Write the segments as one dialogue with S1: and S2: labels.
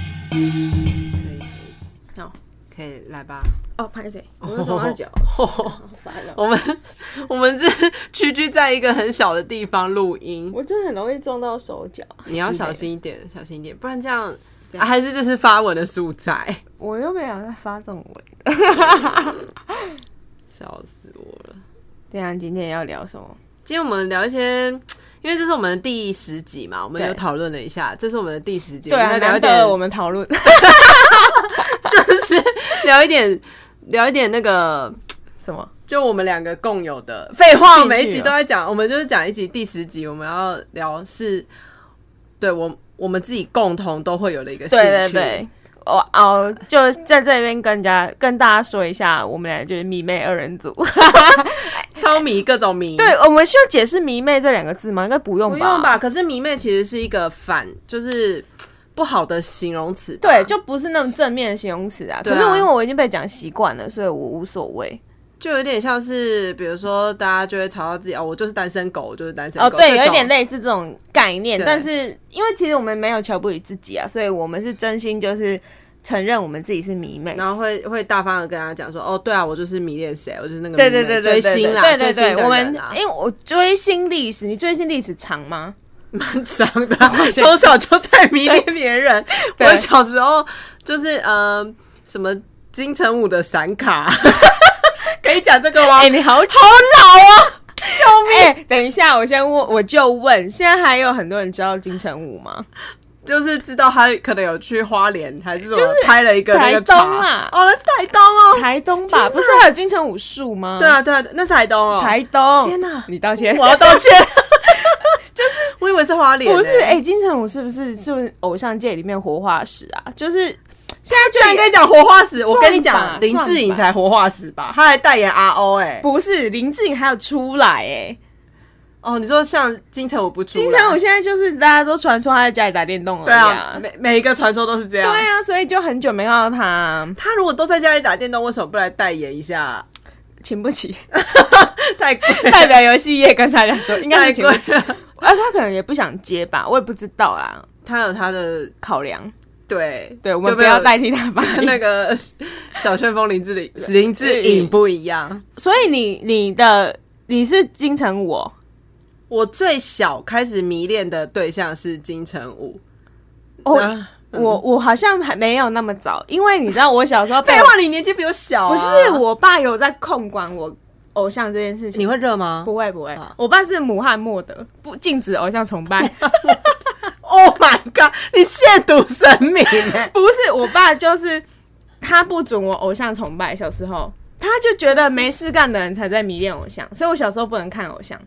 S1: 可以
S2: 好，
S1: 可以来吧。
S2: 哦，拍 谁？我是从那脚，好烦哦。
S1: 我们 我们这区居在一个很小的地方录音，
S2: 我真的很容易撞到手脚，
S1: 你要小心一点，小心一点，不然这样。
S2: 这
S1: 啊、
S2: 样
S1: 还是这是发文的素材，
S2: 我又没有在发这种文。
S1: 笑死我了。
S2: 这样啊今天要聊什么？
S1: 今天我们聊一些，因为这是我们的第十集嘛，我们
S2: 对
S1: 有讨论了一下，这是我们的第十集，
S2: 对
S1: 我
S2: 啊，
S1: 们来聊一
S2: 难
S1: 点
S2: 得我们 讨论，
S1: 就是聊一点聊一点那个，
S2: 什么？
S1: 就我们两个共有的废话，
S2: 兴趣啊
S1: 每一集都在讲，我们就是讲一集第十集，我们要聊是，对我我们自己共同都会有的一个兴趣，
S2: 对对对，我哦，就在这边跟人家跟大家说一下，我们俩就是迷妹二人 组。
S1: 超迷各种迷，
S2: 对，我们需要解释“迷妹”这两个字吗？应该不用吧？
S1: 不用吧？可是迷妹其实是一个反，就是不好的形容词吧，
S2: 对，就不是那么正面的形容词啊。
S1: 对
S2: 可
S1: 啊
S2: 是我因为我已经被讲习惯了，所以我无所谓。
S1: 就有点像是，比如说大家就会嘲笑自己哦，我就是单身狗，我就是单身狗，
S2: 哦，对，
S1: 这
S2: 有
S1: 种
S2: 一点类似这种概念，
S1: 对
S2: 但是因为其实我们没有瞧不起自己啊，所以我们是真心就是承认我们自己是迷妹。
S1: 然后会会大方的跟他讲说，哦，对啊，我就是迷恋谁，我就是那个
S2: 对
S1: 迷
S2: 对
S1: 恋
S2: 对对对
S1: 追星啦，
S2: 对
S1: 追
S2: 对
S1: 星
S2: 对，
S1: 的
S2: 我们
S1: 人啊
S2: 因为我追星历史，你追星历史长吗？
S1: 蛮长的，从小就在迷恋别人。
S2: 对
S1: 我小时候就是呃，什么金城武的闪 卡，可以讲这个吗？
S2: 哎、你好好老啊！救命！哎、等一下，我先问，我就问，现在还有很多人知道金城武吗？
S1: 就是知道他可能有去花莲还是什么，
S2: 就是
S1: 拍了一个那个
S2: 台东
S1: 茶
S2: 啊
S1: 哦，那是台东哦。
S2: 台东吧，不是还有金城武术吗？
S1: 对啊，对啊，那是台东哦。
S2: 台东。
S1: 天哪
S2: 你道歉，
S1: 我要道歉，就是我以为是花莲欸，
S2: 不是，哎、金城武是不是是不是偶像界里面活化石啊？就是现在
S1: 居然跟你讲活化石，我跟你
S2: 算吧
S1: 讲，林志颖
S2: 算吧
S1: 才活化石吧？他还代言 RO 哎、
S2: 不是林志颖还有出来哎、
S1: 哦，你说像金城武不出来，
S2: 金城武现在就是大家都传说他在家里打电动了、
S1: 对啊，，每每一个传说都是这样。
S2: 对啊，所以就很久没看到他，
S1: 他如果都在家里打电动，为什么不来代言一下？
S2: 请 不起，
S1: 太贵，
S2: 代表游戏业跟大家 说，应该
S1: 太
S2: 是请不起。
S1: 贵了。
S2: 啊，他可能也不想接吧，我也不知道啦，
S1: 他有他的
S2: 考量。
S1: 对
S2: 对，我们
S1: 就
S2: 不
S1: 没有
S2: 要代替他吧。
S1: 那个小旋风林志玲， 林志颖不一样。
S2: 所以你你的你是金城武哦，
S1: 我最小开始迷恋的对象是金城武。
S2: 哦
S1: 那嗯
S2: 我我好像还没有那么早，因为你知道我 小时候被
S1: 废话，你年纪比我小、
S2: 不
S1: 啊，
S2: 是我爸有在控管我偶像这件事情。
S1: 你会热吗
S2: 不会不会
S1: 啊，
S2: 我爸是穆罕默德，不禁止偶像崇拜。
S1: ？Oh my god！你亵渎神明、欸，
S2: 不是，我爸就是他不准我偶像崇拜。小时候他就觉得没事干的人才在迷恋偶像，所以我小时候不能看偶像。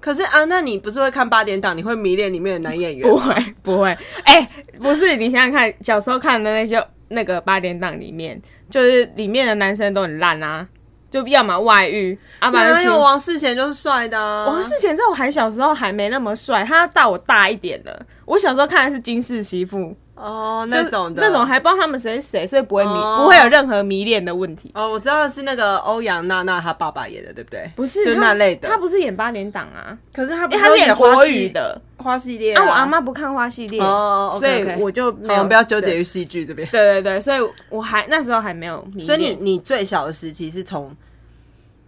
S1: 可是啊，那你不是会看八点档？你会迷恋里面的男演员
S2: 不
S1: 吗？
S2: 会不会，哎、不是，你想想看，小时候看的那些那个八点档里面，就是里面的男生都很烂啊，就要么外遇，要不然就
S1: 哪
S2: 亲
S1: 有王世贤就是帅的、啊，
S2: 王世贤在我还小时候还没那么帅，他大我大一点了。我小时候看的是《金氏媳妇》
S1: 哦
S2: 就
S1: 那种的
S2: 那种还不知道他们谁是谁，所以不会迷，
S1: 哦
S2: 不会有任何迷恋的问题。
S1: 哦，我知道是那个欧阳娜娜她爸爸演的，对不对？
S2: 不是，
S1: 就是
S2: 他
S1: 那类的。哦
S2: 他不是演八点档啊，
S1: 可是他不
S2: 因
S1: 是
S2: 为他是演
S1: 花
S2: 国
S1: 系
S2: 语的。
S1: 花系列
S2: 啊，我阿妈不看花系列，
S1: 哦
S2: 所以
S1: OK，OK
S2: 我就
S1: 好
S2: 没
S1: 我
S2: 有。
S1: 们不要纠结
S2: 对。
S1: 于戏剧这边。
S2: 对对对，所以我还那时候还没有迷恋。
S1: 所以你你最小的时期是从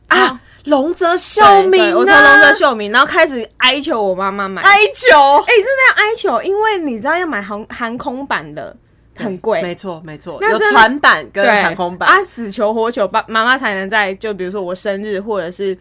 S2: 啊
S1: 啊龙泽秀
S2: 对
S1: 明、
S2: 对
S1: 啊，
S2: 我从龙泽秀明，然后开始哀求我妈妈买。
S1: 哀求
S2: 哎、真的要哀求，因为你知道要买航航空版的很贵，
S1: 没错没错，
S2: 那
S1: 有
S2: 真的
S1: 船版跟
S2: 对，
S1: 航空版
S2: 啊，死求活求，爸妈妈才能在就比如说我生日或者是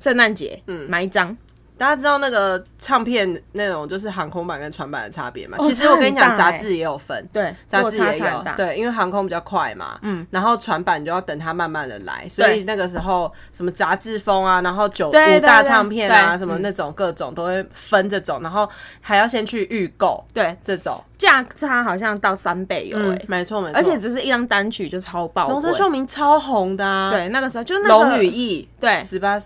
S2: 圣诞节，嗯，买一张。
S1: 大家知道那个唱片那种就是航空版跟船版的差别吗？
S2: 哦
S1: 其实我跟你
S2: 差
S1: 讲，
S2: 很大
S1: 杂
S2: 欸
S1: 志也有分。
S2: 对，
S1: 杂
S2: 落
S1: 志也
S2: 差差很
S1: 有
S2: 大，
S1: 对，因为航空比较快嘛，嗯，然后船版就要等它慢慢的来，所以那个时候什么杂志风啊，然后九
S2: 对
S1: 五大
S2: 对
S1: 唱片啊，
S2: 对嗯
S1: 什么那种各种都会分这种，然后还要先去预购
S2: 对，
S1: 这种，
S2: 价差好像到三倍有哎、
S1: 嗯，没错没错，
S2: 而且只是一张单曲就超爆贵。
S1: 龙泽秀明超红的啊，，
S2: 对，那个时候就那个
S1: 龙羽翼、
S2: 对，
S1: 直巴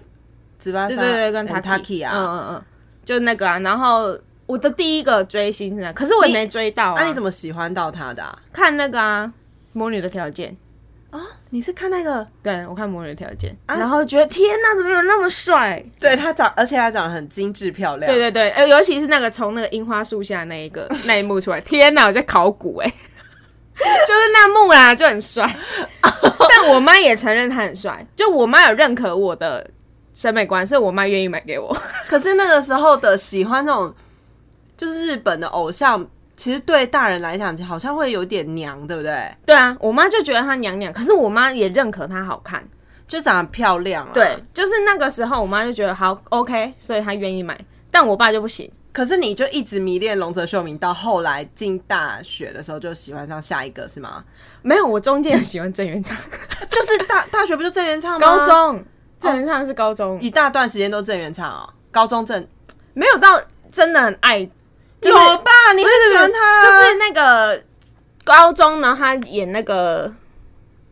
S1: 直巴
S2: 对对对，跟
S1: Taki
S2: 嗯
S1: 啊，
S2: 嗯嗯，就那个啊。然后我的第一个追星是那，可是我也
S1: 你
S2: 没追到啊。
S1: 那你怎
S2: 么
S1: 么喜欢到他的啊？
S2: 看那个啊？《魔女的条件》啊？
S1: 你是看那个？
S2: 对我看《魔女的条件》然后觉得天哪，怎么有那么
S1: 啊
S2: 帅？
S1: 对他长，而且他长得很精致漂亮。
S2: 对对对，呃，尤其是那个从那个樱花树下那一 个那一幕出来，天哪，我在考古哎、 就是那幕啦，就很 帅。但我妈也承认他很帅，就我妈有认可我的审美观，所以我妈愿意买给我。
S1: 可是那个时候的喜欢那种，就是日本的偶像，其实对大人来讲好像会有点娘，对不对？
S2: 对啊，我妈就觉得他娘娘，可是我妈也认可他好看。
S1: 就长得漂亮啊。
S2: 对，，就是那个时候，我妈就觉得好 OK，所以她愿意买，但我爸就不行。
S1: 可是你就一直迷恋龙泽秀明，到后来进大学的时候就喜欢上下一个是吗？
S2: 没有，我中间有喜欢郑元畅，
S1: 就是 大大学不就郑元畅吗？
S2: 高中哦郑元畅是高中，
S1: 一大段时间都郑元畅哦，高中郑、
S2: 没有到真的很爱，就是
S1: 有吧？你很喜欢他啊，
S2: 就是那个高中呢，他演那个《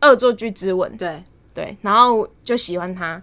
S2: 恶作剧之吻》，
S1: 对。
S2: 对，然后就喜欢他，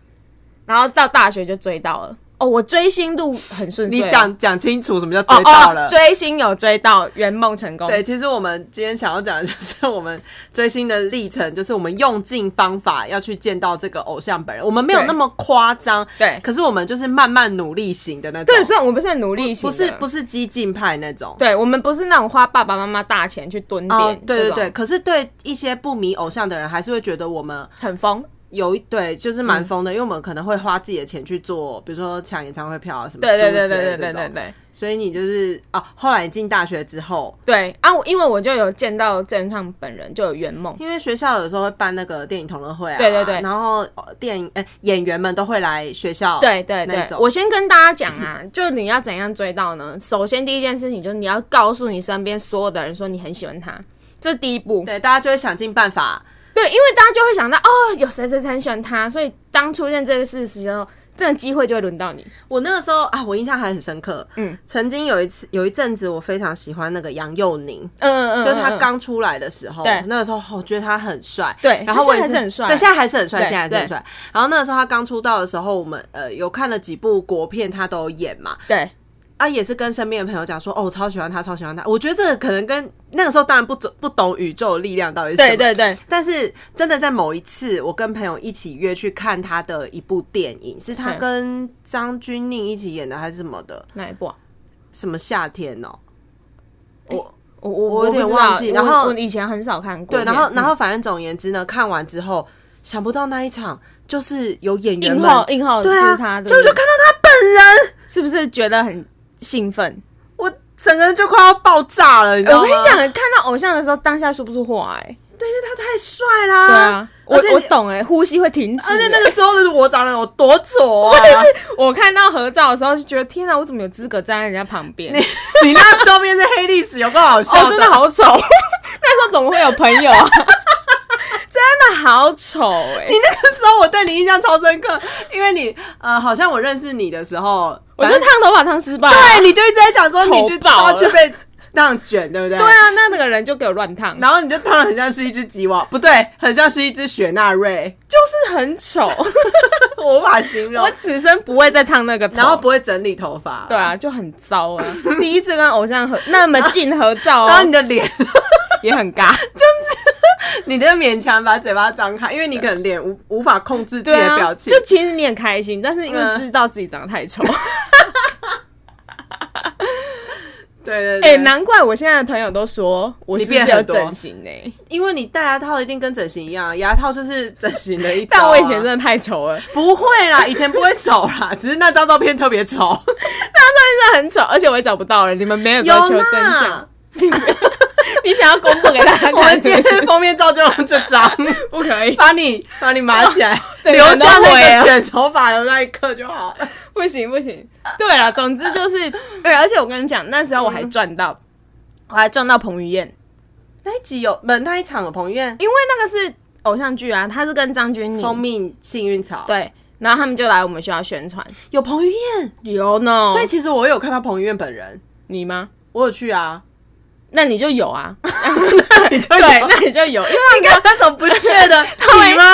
S2: 然后到大学就追到了。哦，我追星路很顺遂哦，
S1: 你讲讲清楚什么叫
S2: 哦
S1: 追到了？
S2: 哦，追星有追到，圆梦成功。
S1: 对，其实我们今天想要讲的就是我们追星的历程，就是我们用尽方法要去见到这个偶像本人。我们没有
S2: 对
S1: 那么夸张，
S2: 对
S1: 可是我们就是慢慢努力型的那种，
S2: 对，虽然我们是很努力型
S1: 不
S2: 的，
S1: 是不是激进派那种。
S2: 对我们不是那种花爸爸妈妈大钱去蹲点，
S1: 哦，对对
S2: 这
S1: 对，
S2: 种，
S1: 可是对一些不迷偶像的人，还是会觉得我们
S2: 很疯。
S1: 有一对就是蛮
S2: 嗯
S1: 疯的，因为我们可能会花自己的钱去做，比如说抢演唱会票啊什么。
S2: 对对
S1: 诸如
S2: 对对
S1: 此类
S2: 对
S1: 的
S2: 对
S1: 这
S2: 对
S1: 种
S2: 对
S1: 所以你就是哦，后来你进大学之后，
S2: 对啊！我因为我就有见到郑元畅本人，就有圆梦。
S1: 因为学校有时候会办那个电影同乐会啊，
S2: 对对对
S1: 然后呃电影哎、演员们都会来学校，
S2: 对对对
S1: 那，种
S2: 我先跟大家讲啊， 就你要怎样追到呢？首先第一件事情就是你要告诉你身边所有的人说你很喜欢他，这是第一步。
S1: 对，大家就会想尽办法，
S2: 对，因为大家就会想到哦，有谁谁谁很喜欢他，所以当出现这个事实的时候，这种机会就会轮到你。
S1: 我那个时候啊，我印象还很深刻。
S2: 嗯
S1: 嗯，曾经有一次，有一阵子，我非常喜欢那个杨佑宁，
S2: 嗯嗯嗯，
S1: 就是他
S2: 嗯
S1: 刚出来的时候，
S2: 对
S1: 那个时候我觉得他很帅，
S2: 对
S1: 然后我也
S2: 他现在还是很帅
S1: 对，现在还是很帅，
S2: 对
S1: 现在还是很帅。然后那个时候他刚出道的时候，我们呃有看了几部国片，他都有演嘛，
S2: 对
S1: 啊，也是跟身边的朋友讲说，哦，我超喜欢他，超喜欢他。我觉得这个可能跟那个时候当然不懂不懂宇宙的力量到底是什
S2: 对
S1: 么，
S2: 对对，
S1: 但是真的在某一次，我跟朋友一起约去看他的一部电影，是他
S2: 嗯
S1: 跟张钧甯一起演的还是什么的？
S2: 哪一部啊？
S1: 什么夏天哦、我
S2: 我我
S1: 我有点
S2: 不知道
S1: 忘记
S2: 我
S1: 然后
S2: 我以前很少看过
S1: 对，
S2: 片。
S1: 然后然
S2: 嗯
S1: 后反正总言之呢，看完之后，想不到那一场就是有演员
S2: 硬
S1: 们
S2: 后，硬后
S1: 对啊
S2: 是他，的，
S1: 就就看到他本人，
S2: 是不是觉得很兴奋？
S1: 我整个人就快要爆炸了，你知道
S2: 我
S1: 吗？
S2: 跟你讲，，看到偶像的时候，当下说不出话哎。
S1: 对，因为他太帅啦，
S2: 对啊，我
S1: 而且
S2: 我
S1: 你
S2: 懂哎，呼吸会停止
S1: 而且
S2: 欸。
S1: 那个时候的我长得有多丑啊！
S2: 我看到合照的时候就觉得，天哪，我怎么有资格站在人家旁边？
S1: 你你那周边是黑历史，有够好笑
S2: 哦，真的好 丑。那时候怎么会有朋友啊？真的好丑哎
S1: 你！那个时候我对你印象超深刻，因为你呃，好像我认识你的时候，
S2: 我
S1: 反
S2: 就
S1: 正
S2: 烫头发烫失败。啊
S1: 对你就一直在讲说你去
S2: 丑爆
S1: 要
S2: 了
S1: 去被那样卷，对不对？
S2: 对。啊，那那个人就给我乱烫，
S1: 然后你就当然很像是一只吉娃，不对，很像是一只雪纳瑞，
S2: 就是很丑。
S1: 我无法形容
S2: 我。此生不会再烫那个头。
S1: 然后不会整理头发，
S2: 对，啊，就很糟 啊！第一次跟偶像合那么近合照、
S1: 然后你
S2: 哦，
S1: 的脸，
S2: 也很尬。
S1: 你就勉强把嘴巴张开，因为你可能脸无无法控制自己
S2: 对
S1: 的
S2: 啊，
S1: 表情，
S2: 就其实你很开心，但是因为
S1: 嗯
S2: 知道自己长得太丑，
S1: 对对
S2: 哎、
S1: 对。
S2: 难怪我现在的朋友都说我
S1: 你
S2: 是不是
S1: 变
S2: 有
S1: 很多
S2: 整形呢、
S1: 因为你戴牙套一定跟整形一样，牙套就是整形的一招啊、
S2: 但我以前真的太丑 了，
S1: 不会啦，以前不会丑 啦，只是那张照片特别丑。
S2: 真的很丑，而且我也找不到了。你们没有要
S1: 有
S2: 求
S1: 啦
S2: 真相，你想要公布给大家看，
S1: 我们今天封面照就用这张，
S2: 不可 以，
S1: 把你把你码起来，
S2: 整
S1: 留
S2: 个人都
S1: 下
S2: 毁
S1: 那
S2: 了
S1: 个卷头发的那一刻就好了。
S2: 不行不行。对了，总之就是对，而且我跟你讲，那时候我还赚到，我还赚到彭于晏。
S1: 那一集有门那一场有彭于晏
S2: 因为那个是偶像剧啊，他是跟张钧
S1: 蜂
S2: 甯
S1: 蜜幸运草，，
S2: 对，然后他们就来我们学校宣传。
S1: 有彭于晏，
S2: 有呢，
S1: 所以其实我有看到彭于晏本人，
S2: 你吗？
S1: 我有去啊。
S2: 那你就有啊，
S1: 你就有
S2: 对， 那你就有，因为
S1: 你看那种不 屑的
S2: 他们
S1: 你吗？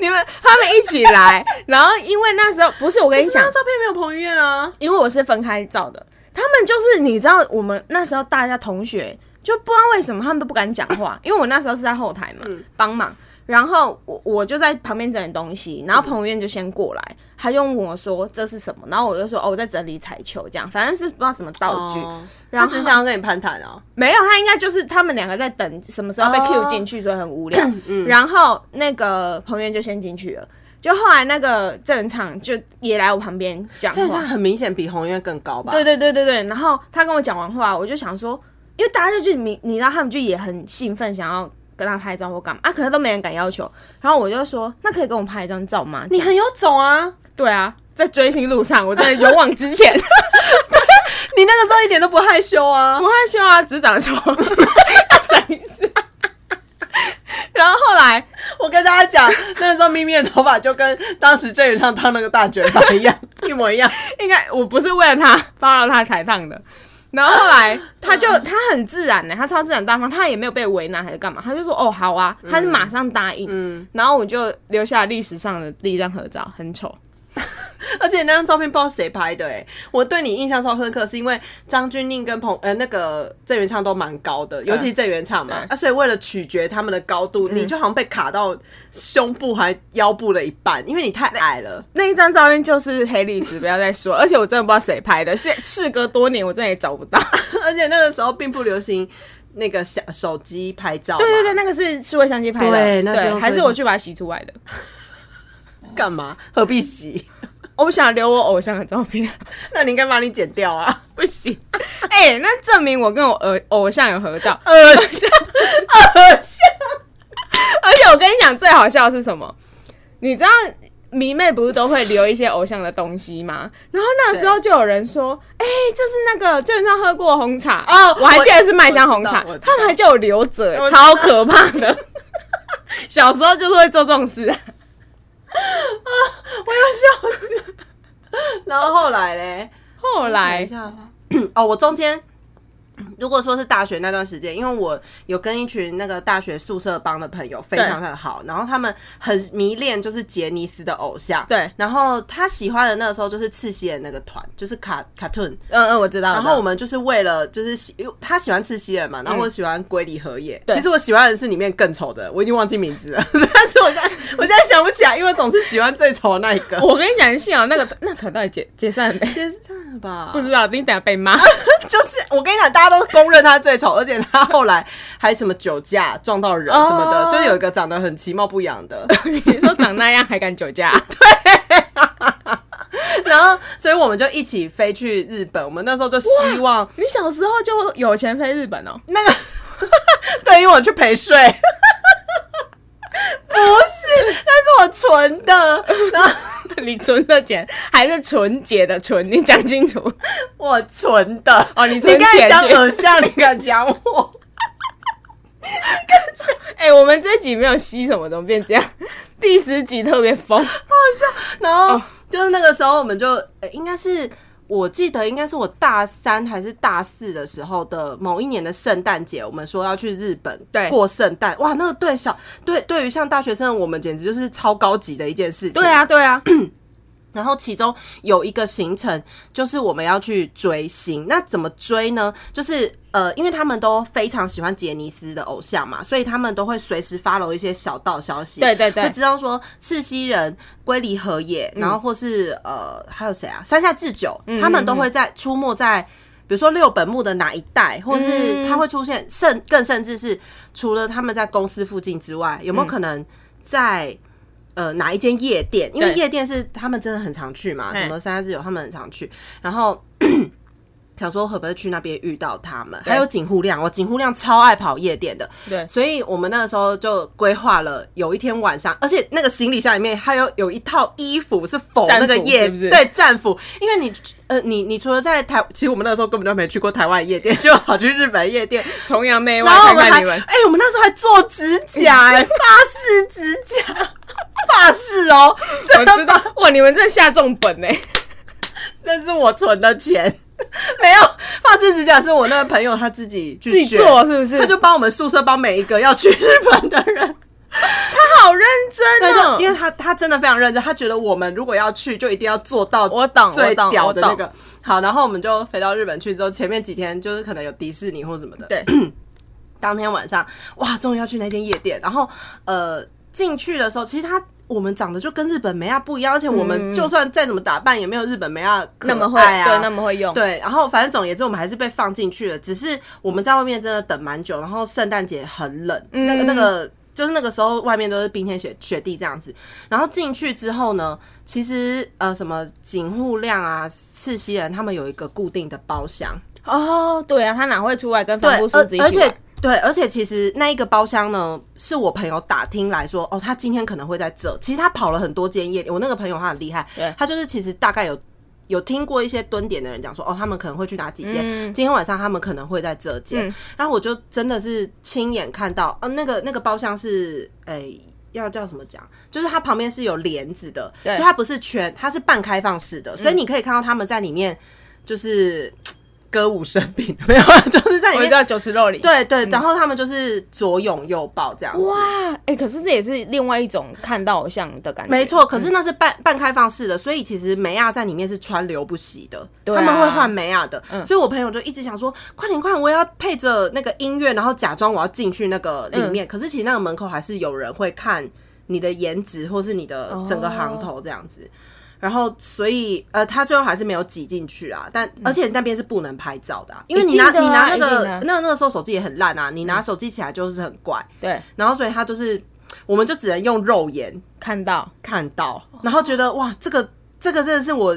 S2: 你们他们一起来，然后因为那时候不是我跟
S1: 可
S2: 你
S1: 是那张，
S2: 讲
S1: 照片没有彭于晏啊，
S2: 因为我是分开照的，他们就是你知道，我们那 时
S1: 嗯
S2: 候大家同学就不知道为什么他们都不敢讲话，因为我那时候是在后台嘛，帮忙。然后我我就在旁边整理东西，然后彭于晏就先过来，他就问我说这是什么，然后我就说哦我在整理彩球这样，反正是不知道什么道具，
S1: 哦
S2: 然
S1: 他
S2: 后
S1: 只想要跟你攀谈哦。
S2: 没有，他应该就是他们两个在等什么时候被
S1: 哦嗯
S2: Q 进去，所以很 无聊。然后那个彭于晏就先进去了，就后来那个郑元畅就也来我旁边讲
S1: 蔡
S2: 话
S1: 永，昌很明显比洪渊更高吧？
S2: 对对对对对。然后他跟我讲完话，我就想说，因为大家就觉得你你知道他们就也很兴奋，想要跟他拍照或干嘛
S1: 嗯
S2: 啊，可是都没人敢要求。然后我就说，那可以跟我拍一张照吗？
S1: 你很有种啊！
S2: 对啊，在追星路上，我在勇往直前，
S1: 你那个时候一点都不害羞啊
S2: 不！害羞啊，只是长得丑。 讲一次。 然后后来
S1: 我跟大家讲， 那个时候咪咪的头发就跟当时郑元畅烫那个大卷发一样， 一模一样。
S2: 应该我不是为了他发到他才烫的。然后后来他就他很自然欸呢、他超自然大方，他也没有被为难还是干嘛，他就说哦好啊，他是马上答应。
S1: 嗯，
S2: 然后我就留下历史上的第一张合照，很丑。
S1: 而且那张照片不知道谁拍的、欸，我对你印象超深刻，是因为张钧甯跟彭呃那个郑元畅都蛮高的，尤其是郑元畅嘛
S2: 对，
S1: 啊，所以为了取决他们的高度，你就好像被卡到胸部还腰部的一半，因为你太矮 了。
S2: 那一张照片就是黑历史，不要再说。而且我真的不知道谁拍的，现事隔多年，我真的也找不到。
S1: 而且那个时候并不流行那个小手机拍照嘛，
S2: 对对对，那个是数位相机拍的，
S1: 对那是用数位
S2: 还是我去把它洗出来的。
S1: 干嘛何必洗？
S2: 我不想留我偶像的照片，
S1: 那你应该把你剪掉 啊，
S2: 不行。哎、那证明我跟我偶偶像有合照，
S1: 恶心，恶心。
S2: 而且我跟你讲，最好笑的是什么？你知道迷妹不是都会留一些偶像的东西吗？然后那个时候就有人说：“哎、这是那个郑元畅喝过的红茶
S1: 哦
S2: 我还记得是麦香红
S1: 我
S2: 茶
S1: 知道我，知道
S2: 他们还叫我留着、欸
S1: 我知道
S2: 超可怕 的。小时候就是会做这种事、啊，
S1: 然后后来嘞，
S2: 后
S1: 等
S2: 来
S1: 一下 哦，我中间如果说是大学那段时间，因为我有跟一群那个大学宿舍帮的朋友非常的好，然后他们很迷恋就是杰尼斯的偶像，
S2: 对
S1: 然后他喜欢的那个时候就是赤西仁那个团，就是卡卡顿。
S2: 嗯嗯，我知道。
S1: 然后我
S2: 们
S1: 们就是为了，就是喜因为他喜欢赤西仁嘛，然后我喜欢龟梨和也。
S2: 嗯对
S1: 其实我喜欢的是里面更丑的，我已经忘记名字了， 但是我现在我现在想不起来，因为我总是喜欢最丑的那一个。
S2: 我跟你讲，幸好那个那团到底解解散了没？
S1: 接上吧，
S2: 不知道，你等下被 骂。
S1: 就是我跟你讲，大家都公认他最丑，而且他后来还什么酒驾撞到人什么的
S2: 哦
S1: 就是有一个长得很其貌不扬的。
S2: 你说长那样还敢酒驾？
S1: 然后，所以我们就一起飞去日本。我们那时候就希望
S2: 你小时候就有钱飞日本哦？
S1: 那个， 对，因为我去陪睡， 不是，那是我存的。然后
S2: 你存的钱还是纯洁的纯？你讲清 楚。
S1: 我存的
S2: 哦你存
S1: 你刚才
S2: 钱
S1: 讲
S2: 去
S1: 偶像，你敢讲 我？
S2: 哎、我们这集没有吸什么，怎么变这样？ 第十集特别疯，
S1: 然后
S2: 哦
S1: 就是那个时候，我们就、呃应该是我记得应该是我大三还是大四的时候的某一年的圣诞节，我们说要去日本
S2: 对
S1: 过圣诞。哇，那个对小对对于像大学生我们简直就是超高级的一件事情。
S2: 对，啊，对啊，
S1: 然后其中有一个行程就是我们要去追星，那怎么追呢？就是呃，因为他们都非常喜欢杰尼斯的偶像嘛，所以他们都会随时发楼一些小道消息，
S2: 对对对嗯
S1: 会知道说赤西仁、龟梨和也，然后或是、呃还有谁啊，山下智久，
S2: 嗯
S1: 他们都会在出没在。比如说六本木的哪一带，或
S2: 嗯
S1: 是他会出现，甚更甚至是除了他们在公司附近之外，有没有可能在呃哪一间夜店，因为
S2: 对
S1: 夜店是他们真的很常去嘛，
S2: 嘿
S1: 什么三家之友他们很常去，然后 想说会不会去那边遇到他们，
S2: 对
S1: 还有景户亮，我景户亮超爱跑夜店的，
S2: 对
S1: 所以我们那个时候就规划了有一天晚上，而且那个行李箱里面还有有一套衣服是否
S2: 战服
S1: 那个夜
S2: 是不是
S1: 对战服，因为你呃你你除了在台，其实我们那个时候根本就没去过台湾夜店，就跑去日本夜店，
S2: 崇洋媚外，
S1: 然后我
S2: 看
S1: 们还
S2: 看你 们。
S1: 哎、我们那时候还做指甲、哎，法式指甲，法式哦，真
S2: 我
S1: 的
S2: 知道
S1: 吗？
S2: 哇，你们真的下重本呢、
S1: 那是我存的钱，没有法式指甲是我那个朋友他自己去
S2: 自己
S1: 学
S2: 做是不是
S1: 他就帮我们宿舍帮每一个要去日本的人，
S2: 他好认真
S1: 对，
S2: 哦
S1: 就，因为他他真的非常认真，他觉得我们如果要去，就一定要做到
S2: 我懂
S1: 最
S2: 我懂
S1: 屌的那
S2: 我懂
S1: 个。好，然后我们就飞到日本去之后，前面几天就是可能有迪士 尼或什么的，
S2: 对，
S1: 当天晚上，哇，终于要去那间夜店，然后呃。进去的时候，其实他我们长得就跟日本梅亚不一样，而且我们就算再怎么打扮，也没有日本梅亚可
S2: 嗯那么会
S1: 爱啊，
S2: 对，那么会用，
S1: 对，然后反正总而言之，我们还是被放进去了。只是我们在外面真的等蛮久，然后圣诞节很冷，那个那个就是那个时候外面都是冰天雪雪地这样子。然后进去之后呢，其实呃什么警户亮啊、赤西仁他们有一个固定的包厢，
S2: 哦，对啊，他哪会出来跟帆布
S1: 而
S2: 梳子一起
S1: 而且
S2: 玩。
S1: 对，而且其实那一个包厢呢，是我朋友打听来说，哦，他今天可能会在这。其实他跑了很多间夜店，我那个朋友他很厉害
S2: 对，
S1: 他就是其实大概有有听过一些蹲点的人讲说，哦，他们可能会去哪几间，今天晚上他们可能会在这间。
S2: 嗯
S1: 然后我就真的是亲眼看到，呃，那个那个包厢是，诶、要叫什么讲？就是它旁边是有帘子的，所
S2: 对嗯
S1: 以它不是全，它是半开放式的，所以你可以看到他们在里面就是嘖歌舞升平， 没有啊，就是在里
S2: 我知
S1: 面
S2: 道酒池肉林。
S1: 对对，然后他们就是左拥右抱这样子。
S2: 嗯哇，哎、可是这也是另外一种看到偶像的感觉。
S1: 没，错，可是那是半、半开放式的，所以其实梅亚在里面是川流不息的，
S2: 对啊嗯
S1: 他们会换梅亚的，所以我朋友就一直想说，快点快点，我也要配着那个音乐，然后假装我要进去那个里
S2: 嗯
S1: 面。可是其实那个门口还是有人会看你的颜值或是你的整个行头这样子。
S2: 哦
S1: 然后，所以呃，他最后还是没有挤进去啊。但而且那边是不能拍照的、啊，因为你拿、
S2: 嗯一定的啊
S1: 你拿那
S2: 一
S1: 个
S2: 定的啊嗯
S1: 那那个时候手机也很烂啊，你拿手机起来就是很怪。
S2: 对，
S1: 然后，所以他就是我们就只能用肉眼
S2: 看到
S1: 看到，然后觉得哇，这个这个真的是我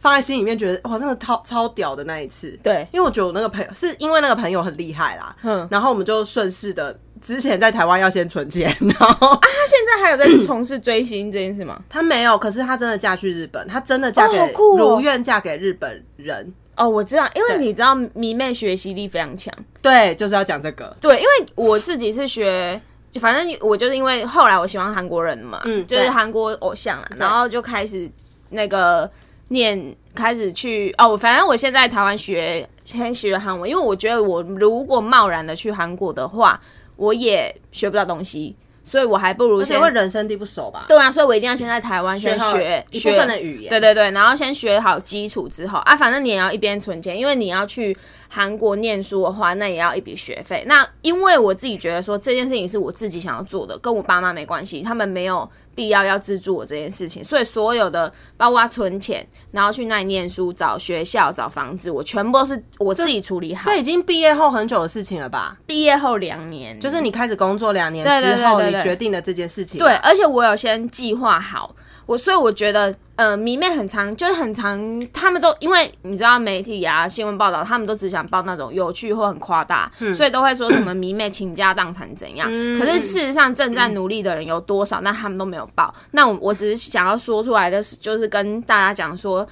S1: 放在心里面，觉得哇，真的超超屌的那一次。
S2: 对
S1: 因为我觉得我那个朋友是因为那个朋友很厉害啦，
S2: 嗯
S1: 嗯，然后我们就顺势的，之前在台湾要先存钱，然 后
S2: 他现在还有在从事追星这件事吗？
S1: 她没有，可是她真的嫁去日本，她真的嫁给、
S2: 哦好酷哦
S1: 如愿嫁给日本人，
S2: 哦，我知道，因为
S1: 对
S2: 你知道迷妹学习力非常强。
S1: 对，就是要讲这个，
S2: 对，因为我自己是学，反正我就是因为后来我喜欢韩国人嘛，
S1: 嗯
S2: 就是
S1: 对
S2: 韩国偶像啊，然后就开始那个念，开始去哦，我反正我现在台湾学先学韩文，因为我觉得我如果贸然的去韩国的话，我也学不到东西，所以我还不如
S1: 而且
S2: 先
S1: 会人生地不熟吧，
S2: 对啊，所以我一定要先在台湾先
S1: 好
S2: 学
S1: 一部分的语言，
S2: 对对对，然后先学好基础之后啊，反正你也要一边存钱，因为你要去韩国念书的话，那也要一笔学费。那因为我自己觉得说这件事情是我自己想要做的，跟我爸妈没关系，他们没有必要要资助我这件事情，所以所有的包括存钱，然后去那里念书、找学校、找房子，我全部都是我自己处理好。
S1: 这已经毕业后很久的事情了吧？
S2: 毕业后两年，就
S1: 就是你开始工作两年
S2: 对对对
S1: 之后，
S2: 对对
S1: 你决定了这件事情，
S2: 对，而且我有先计划好，我所以我觉得，呃，迷妹很长，就是很长，他们都因为你知道媒体啊、新闻报道，他们都只想报那种有趣或很夸大，所以都会说什么迷妹倾家荡产怎样。可是事实上，正在努力的人有多少，那他们都没有报。那我我只是想要说出来的是，就是跟大家讲说。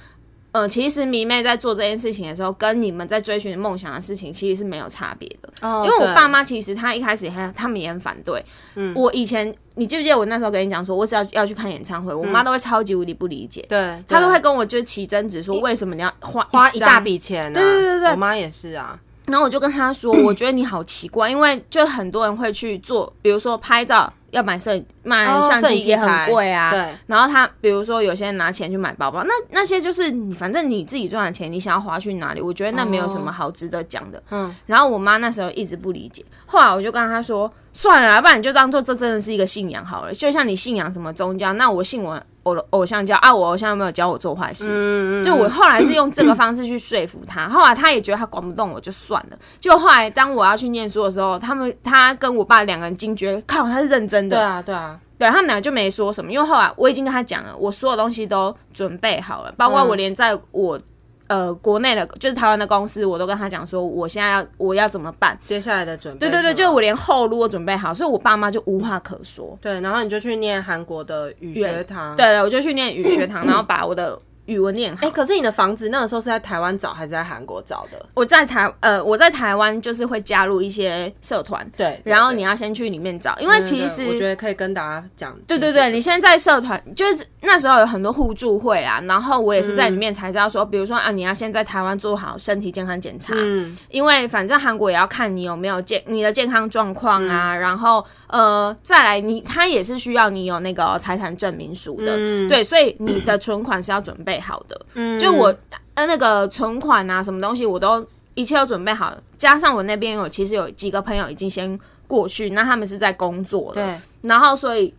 S2: 呃，其实迷妹在做这件事情的时候，跟你们在追寻梦想的事情其实是没有差别的。
S1: 哦，
S2: 因为我
S1: 对嗯
S2: 爸妈其实他一开始他他们也很反对。我以前你记不记得我那时候跟你讲说，我只要要去看演唱会，我妈都会超级无敌不理解，
S1: 嗯对，
S2: 她都
S1: 对
S2: 会跟我就是起争执说，为什么你要花
S1: 花一大
S2: 张
S1: 笔钱、啊，
S2: 对对对对
S1: 我妈也是啊，
S2: 然后我就跟他说，我觉得你好奇怪，因为就很多人会去做，比如说拍照要买摄影买
S1: 哦
S2: 相
S1: 摄
S2: 机
S1: 影器
S2: 也很
S1: 材
S2: 贵啊。
S1: 对。
S2: 然后他比如说有些人拿钱去买包包，那那些就是你反正你自己赚的钱，你想要花去哪里，我觉得那没有什
S1: 哦
S2: 么好值得讲的。嗯。然后我妈那时候一直不理解，后来我就跟她说，算了啦，不然你就当做这真的是一个信仰好了，就像你信仰什么宗教，那我信我我的偶像教啊，我偶像有没有教我做坏事？就我后来是用这个方式去说服他，后来他也觉得他管不动我，就算了。结果后来当我要去念书的时候，他们他跟我爸两个人惊觉，靠，他是认真的，
S1: 对啊，对啊，
S2: 对他们俩就没说什么，因为后来我已经跟他讲了，我所有东西都准备好了，包括我连在我、呃国内的，就是台湾的公司，我都跟他讲说，我现在要我要怎么办。
S1: 接下来的准备，
S2: 对对对，就我连后路都准备好，所以我爸妈就无话可说。
S1: 对，然后你就去念韩国的语学堂，嗯
S2: 对。对，我就去念语学堂，然后把我的语文念好。
S1: 哎、可是你的房子那个时候是在台湾找还是在韩国找的？
S2: 我在台呃，我在台湾就是会加入一些社团，
S1: 对对
S2: 然后
S1: 对
S2: 你要先去里面找，因为
S1: 对
S2: 其
S1: 对
S2: 实
S1: 我觉得可以跟大家讲清楚这
S2: 对
S1: 个，
S2: 对对，你现在在社团，就是那时候有很多互助会啊，然后我也是在里面才知道说，比如说啊，你要先在台湾做好身体健康检查，
S1: 嗯
S2: 因为反正韩国也要看你有没有健你的健康状况啊，然后呃，再来你他也是需要你有那个财产证明书的，对，所以你的存款是要准备好的。就我呃那个存款啊，什么东西我都一切都准备好了，加上我那边有其实有几个朋友已经先过去，那他们是在工作的，
S1: 对
S2: 然后所以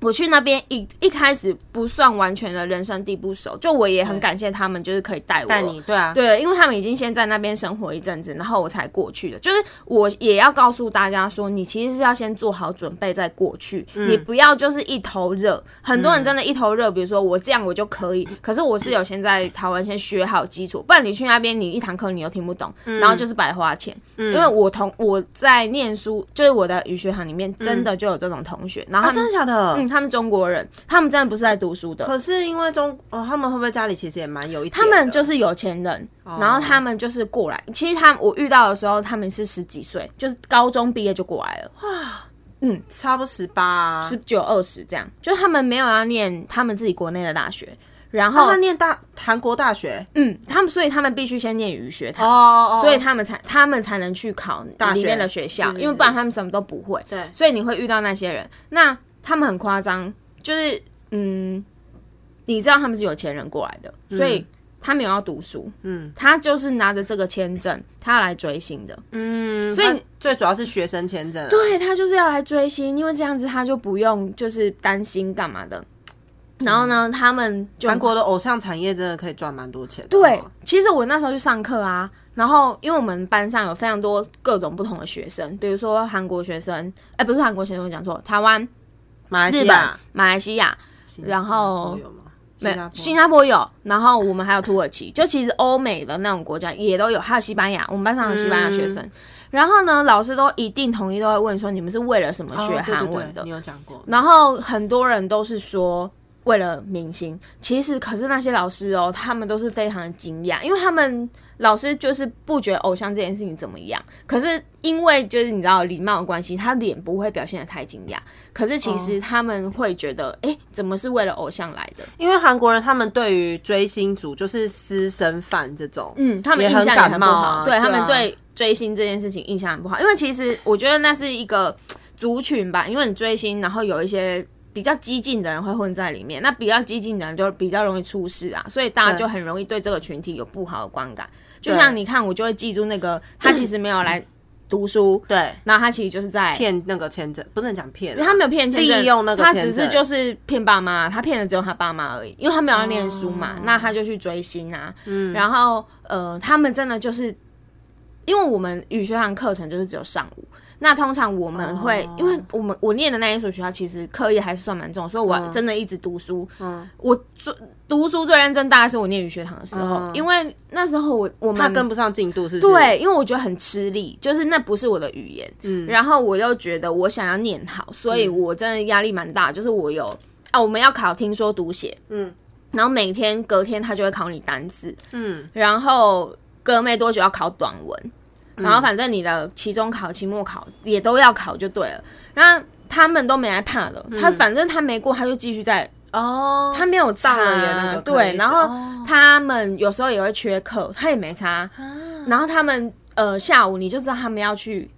S2: 我去那边一一开始不算完全的人生地不熟，就我也很感谢他们，就是可以带我
S1: 带你对啊，
S2: 对，因为他们已经先在那边生活一阵子，然后我才过去的。就是我也要告诉大家说，你其实是要先做好准备再过去，
S1: 嗯
S2: 你不要就是一头热。很多人真的一头热，比如说我这样我就可以，可是我是有先在台湾先学好基础，不然你去那边你一堂课你又听不懂，
S1: 嗯
S2: 然后就是白花钱。因为我同我在念书，就是我的语学堂里面真的就有这种同学，然后
S1: 嗯啊，
S2: 他们
S1: 真的假的？
S2: 嗯，他们中国人，他们真的不是在读书的，
S1: 可是因为中呃，他们会不会家里其实也蛮有一点
S2: 他
S1: 的？
S2: 们就是有钱人，
S1: 哦
S2: 然后他们就是过来。其实他们我遇到的时候，他们是十几岁，就是高中毕业就过来了，
S1: 差不多十八、啊，
S2: 十九二十这样。就是他们没有要念他们自己国内的大学，然
S1: 哦他
S2: 后
S1: 们念大韩国大学
S2: 嗯，他们所以他们必须先念语学堂。
S1: 哦
S2: 所以他们才他们才能去考
S1: 大
S2: 里
S1: 学
S2: 面的学校，
S1: 是是
S2: 因为
S1: 是
S2: 不然他们什么都不会。
S1: 对
S2: 所以你会遇到那些人，那他们很夸张，就是嗯，你知道他们是有钱人过来的，所以他没有要读书，嗯，他就是拿着这个签证，他要来追星的，
S1: 嗯，
S2: 所以
S1: 他最主要是学生签证、啊，
S2: 对他就是要来追星，因为这样子他就不用就是担心干嘛的。然后呢，他们就
S1: 韩国的偶像产业真的可以赚蛮多钱的哦。
S2: 对，其实我那时候去上课啊，然后因为我们班上有非常多各种不同的学生，比如说韩国学生，哎、不是韩国学生，我讲错，台湾、
S1: 马来
S2: 日
S1: 西
S2: 本
S1: 亚、
S2: 马来西亚、
S1: 新
S2: 然后
S1: 加坡有吗？
S2: 没
S1: 新加坡
S2: 新加坡有，然后我们还有土耳其，就其实欧美的那种国家也都有，还有西班牙，我们班上有西班牙学生。
S1: 嗯
S2: 然后呢，老师都一定统一都会问说，你们是为了什么学
S1: 哦对对
S2: 韩文
S1: 对
S2: 的？
S1: 你有讲过？
S2: 然后很多人都是说为了明星，其实可是那些老师哦，他们都是非常的惊讶，因为他们老师就是不觉得偶像这件事情怎么样，可是因为就是你知道礼貌的关系，他脸不会表现的太惊讶，可是其实他们会觉得，哎、怎么是为了偶像来的？
S1: 因为韩国人他们对于追星族就是私生饭这种，
S2: 嗯，他们印
S1: 也很
S2: 象也
S1: 感
S2: 很不
S1: 冒
S2: 好，
S1: 啊
S2: 对
S1: 对啊
S2: 他们对追星这件事情印象很不好，因为其实我觉得那是一个族群吧，因为你追星，然后有一些。比较激进的人会混在里面，那比较激进的人就比较容易出事啊，所以大家
S1: 对
S2: 就很容易对这个群体有不好的观感。就像你看，我就会记住那个他其实没有来读书，
S1: 对，
S2: 然后他其实就是在
S1: 骗那个签证不能讲骗啊，
S2: 他没有骗签证
S1: 利用那个
S2: 他
S1: 签
S2: 只
S1: 证
S2: 是就是骗爸妈，他骗的只有他爸妈而已，因为他没有要念书嘛，
S1: 哦
S2: 那他就去追星啊。嗯，然后呃，他们真的就是，因为我们语学堂课程就是只有上午，那通常我们会，
S1: 哦
S2: 因为我们我念的那一所学校其实课业还是算蛮重，所以我真的一直读书。嗯，我最读书最认真大概是我念语学堂的时候，
S1: 嗯
S2: 因为那时候我我
S1: 他
S2: 们
S1: 跟不上进度，是不是？
S2: 对，因为我觉得很吃力，就是那不是我的语言。嗯，然后我又觉得我想要念好，所以我真的压力蛮大。就是我有啊，我们要考听说读写，嗯，然后每天隔天他就会考你单字，嗯，然后隔没多久要考短文，然后反正你的期中考、期末考也都要考就对了。那他们都没来怕了，他反正他没过，他就继续在
S1: 哦，
S2: 他没有
S1: 上了
S2: 差
S1: 也那个可以
S2: 对，然后
S1: 哦
S2: 他们有时候也会缺课，他也没差。
S1: 啊
S2: 然后他们呃下午你就知道他们要去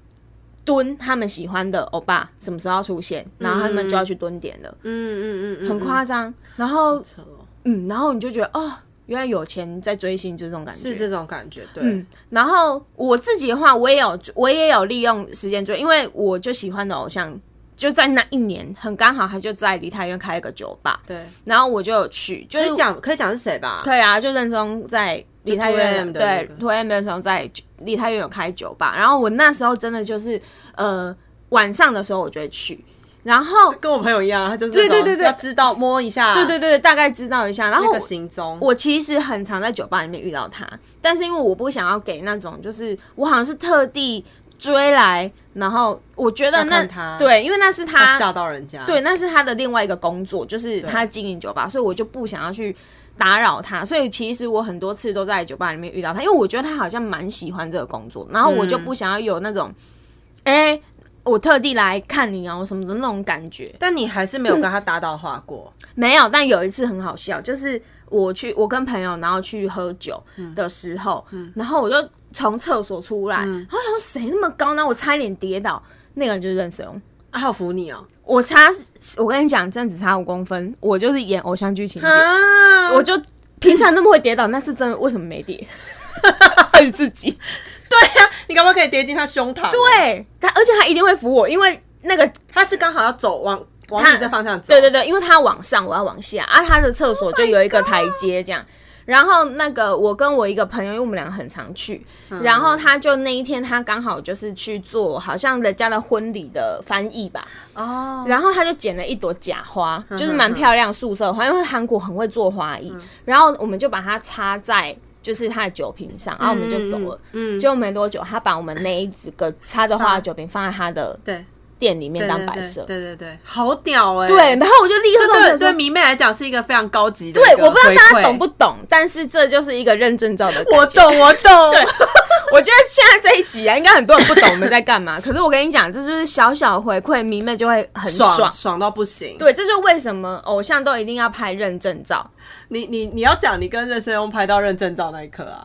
S2: 蹲他们喜欢的欧巴什么时候要出现，然后他们就要去蹲点了，
S1: 嗯嗯嗯嗯，
S2: 很夸张。然后
S1: 扯哦
S2: 嗯，然后你就觉得哦，原来有钱在追星就是这种感觉，
S1: 是这种感觉，对，
S2: 嗯，然后我自己的话，我也有我也有利用时间追，因为我就喜欢的偶像就在那一年，很刚好他就在梨泰院开了个酒吧，
S1: 对。
S2: 然后我就有去，就
S1: 可
S2: 是
S1: 以讲，可以讲是谁吧？
S2: 对啊，就认松在梨泰院
S1: 2M 的
S2: 对
S1: 那个
S2: t M 的时候在梨泰院有开酒吧，然后我那时候真的就是呃晚上的时候我就会去，然后
S1: 跟我朋友一样，他就是
S2: 对
S1: 那种
S2: 对对对
S1: 要知道摸一下，
S2: 对对对，大概知道一下，然后
S1: 那
S2: 我
S1: 个行踪。
S2: 我其实很常在酒吧里面遇到他，但是因为我不想要给那种，就是我好像是特地追来，然后我觉得
S1: 要
S2: 那
S1: 看他
S2: 对，因为那是
S1: 怕
S2: 他
S1: 吓到人家，
S2: 对，那是他的另外一个工作，就是他经营酒吧，所以我就不想要去打扰他。所以其实我很多次都在酒吧里面遇到他，因为我觉得他好像蛮喜欢这个工作，然后我就不想要有那种，哎、我特地来看你哦、什么的那种感觉。
S1: 但你还是没有跟他搭到话过，
S2: 没有，但有一次很好笑，就是我去我跟朋友然后去喝酒的时候，然后我就从厕所出来，然后想说谁那么高呢？我差一点跌倒，那个人就是任神翁。
S1: 啊，还有扶你哦，
S2: 我差，我跟你讲，真的只差五公分，我就是演偶像剧情节，
S1: 啊，
S2: 我就平常那么会跌倒，那是真的，为什么没 跌？恨自己。
S1: 你干嘛可以跌进他胸膛？，啊
S2: 对他，而且他一定会扶我，因为那个哦
S1: 他是刚好要走往往你这方向走。
S2: 对对对，因为他往上，我要往下啊。他的厕所就有一个台阶这样。然后那个我跟我一个朋友，因为我们两个很常去，然后他就那一天他刚好就是去做好像人家的婚礼的翻译吧，
S1: 哦，
S2: 然后他就捡了一朵假花，
S1: 嗯
S2: 就是蛮漂亮素色的花，因为韩国很会做花艺。然后我们就把它插在就是他的酒瓶上，然后我们就走了。
S1: 嗯，
S2: 结果没多久，他把我们那一整个插着花的酒瓶放在他的
S1: 对，
S2: 店里面
S1: 对
S2: 当
S1: 对
S2: 摆
S1: 对
S2: 设。
S1: 对对对，好屌哎、
S2: 对，，然后我就立刻
S1: 这
S2: 跟我
S1: 对
S2: 朋友
S1: 对
S2: 说，
S1: 迷妹来讲是一个非常高级的一个
S2: 对，
S1: 回馈。
S2: 我不知道大家懂不懂，但是这就是一个认证照 的感觉。
S1: 我懂，我懂。
S2: 我觉得现在这一集啊，应该很多人不懂我们在干嘛。可是我跟你讲，这就是小小的回馈，迷妹就会很
S1: 爽爽到不行。
S2: 对，这就是为什么偶像都一定要拍认证照。
S1: 你你你要讲你跟任生庸拍到认证照那一刻啊，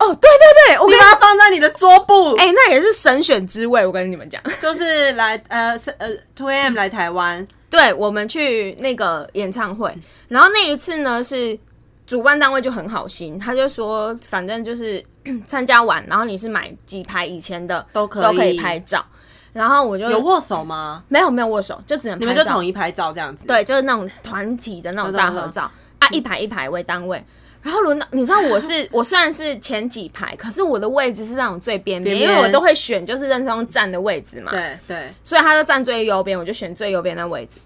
S2: 哦，对对对，我
S1: 你
S2: 跟你
S1: 把它放在你的桌布，
S2: 哎、那也是神选之位，我跟你们讲。
S1: 就是来呃是呃 Two AM 来台湾，
S2: 对，我们去那个演唱会，然后那一次呢是主办单位就很好心，他就说反正就是 参加完，然后你是买几排以前的
S1: 都可以
S2: 都可以拍照，然后我就
S1: 有握手吗？
S2: 没有没有握手，就只能
S1: 你
S2: 嗯拍
S1: 们就
S2: 照
S1: 统，一拍照这样子。
S2: 对，就是那种团体的那种
S1: 懂
S2: 大合照啊，一排一排为单位。然后轮到你知道我是 我虽然是前几排，可是我的位置是那种最边边，
S1: 边边
S2: 因为我都会选就是认真站的位置嘛。
S1: 对对，
S2: 所以他就站最右边，我就选最右边的位置。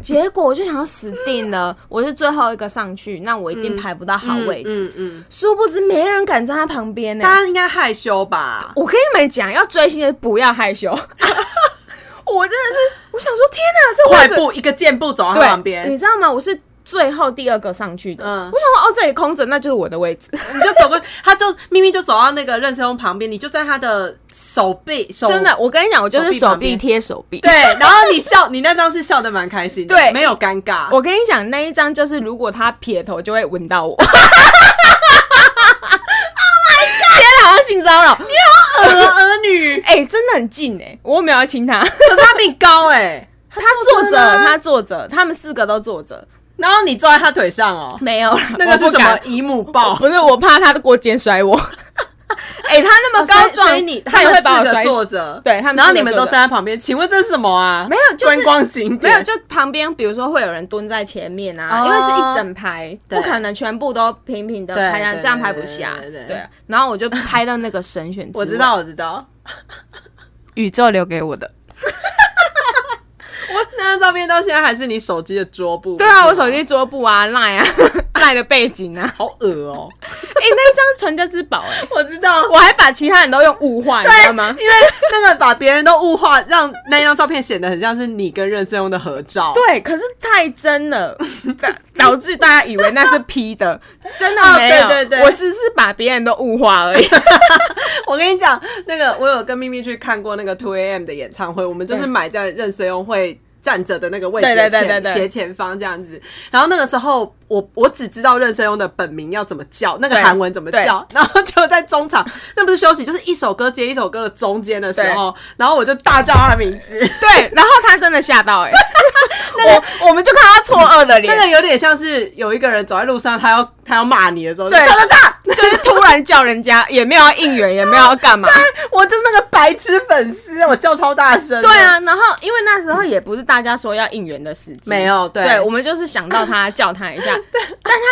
S2: 结果我就想要死定了，我是最后一个上去，那我一定排不到好位置。
S1: 嗯嗯，
S2: 殊不知没人敢站他旁边啊呢、
S1: 大家应该害羞吧？
S2: 我跟你们讲，要追星的不要害 羞。我真的是，我想说，天哪、这
S1: 快
S2: 位置
S1: 步一个箭步走到他
S2: 对
S1: 旁
S2: 你
S1: 边，
S2: 知道吗？我是最后第二个上去的。
S1: 嗯
S2: 我想说，哦，这里空着，那就是我的位置。
S1: 你就走过， 他就咪咪就走到那个任生庸旁边，你就在他的手背手
S2: 真的，我跟你讲，我就是
S1: 手臂
S2: 手
S1: 旁边
S2: 臂贴手臂。
S1: 对，然后你笑，你那张是笑的蛮开心的，
S2: 对
S1: 没有尴尬。
S2: 我跟你讲，那一张就是如果他撇头就会闻到我。oh my god！天哪，好像性骚扰！
S1: 儿呃儿女，
S2: 哎、真的很近哎、我又没有要亲 他。
S1: 可是他比你高哎、
S2: 他
S1: 坐
S2: 坐着，
S1: 着呢
S2: 他坐着，他们四个都坐着，
S1: 然后你坐在他腿上哦，
S2: 没有啦
S1: 那个是
S2: 我不
S1: 什么
S2: 敢
S1: 姨母抱？
S2: 哦不是，我怕他过肩摔我。 哎、他那么高
S1: 所以
S2: 壮，
S1: 所以你
S2: 他也
S1: 们
S2: 会把我
S1: 四个
S2: 摔死。
S1: 坐着，
S2: 对他们
S1: 然后
S2: 四个
S1: 你们
S2: 坐
S1: 都
S2: 着
S1: 站在旁边，请问这是什么啊？
S2: 没有就
S1: 观
S2: 是
S1: 光景
S2: 没
S1: 点，
S2: 有，就旁边，比如说会有人蹲在前面啊，
S1: 哦
S2: 因为是一整排，
S1: 对
S2: 不可能全部都平平的
S1: 对
S2: 拍下，
S1: 对
S2: 这样
S1: 对
S2: 拍不
S1: 对
S2: 下
S1: 对对。对
S2: 对，啊然后我就拍到那个神选之
S1: 我知
S2: 位
S1: 道，我知道，
S2: 宇宙留给我的。
S1: 我那张照片到现在还是你手机的桌布。
S2: 对啊，我手机桌布啊、赖啊、 赖的背景啊，
S1: 好恶哦、
S2: 哎、那一张传家之宝哎、
S1: 我知道，
S2: 我还把其他人都用物化，你知道吗？
S1: 因为那个把别人都物化，让那张照片显得很像是你跟任森庸的合照。
S2: 对，可是太真 了，导导致大家以为那是 P 的，真的
S1: 哦
S2: 没有。
S1: 对对对
S2: 我只是把别人都物化而已。
S1: 我跟你讲，那个我有跟咪咪去看过那个 Two AM 的演唱会，我们就是
S2: 嗯
S1: 买在任谁用会。站着的那个位置
S2: 对
S1: 的
S2: 对
S1: 前
S2: 对对对
S1: 斜前方这样子，然后那个时候我我只知道任生用的本名要怎么叫，那个
S2: 对
S1: 韩文怎么
S2: 对
S1: 叫，然后就在中场，那不是休息，就是一首歌接一首歌的中间的时候，然后我就大叫他的名 字，
S2: 对，然后他真的吓 到哎、我我们就看到他错愕的脸
S1: 那，个有点像是有一个人走在路上，他要他要骂你的时候，
S2: 对
S1: 就站站站，
S2: 就是突然叫人家，也没有要应援，也没有要干嘛。
S1: 我就是那个白痴粉丝，我叫超大声，
S2: 对，啊，然后因为那时候也不是大家说要应援的时机，
S1: 没有对
S2: 对，我们就是想到他叫他 一下，但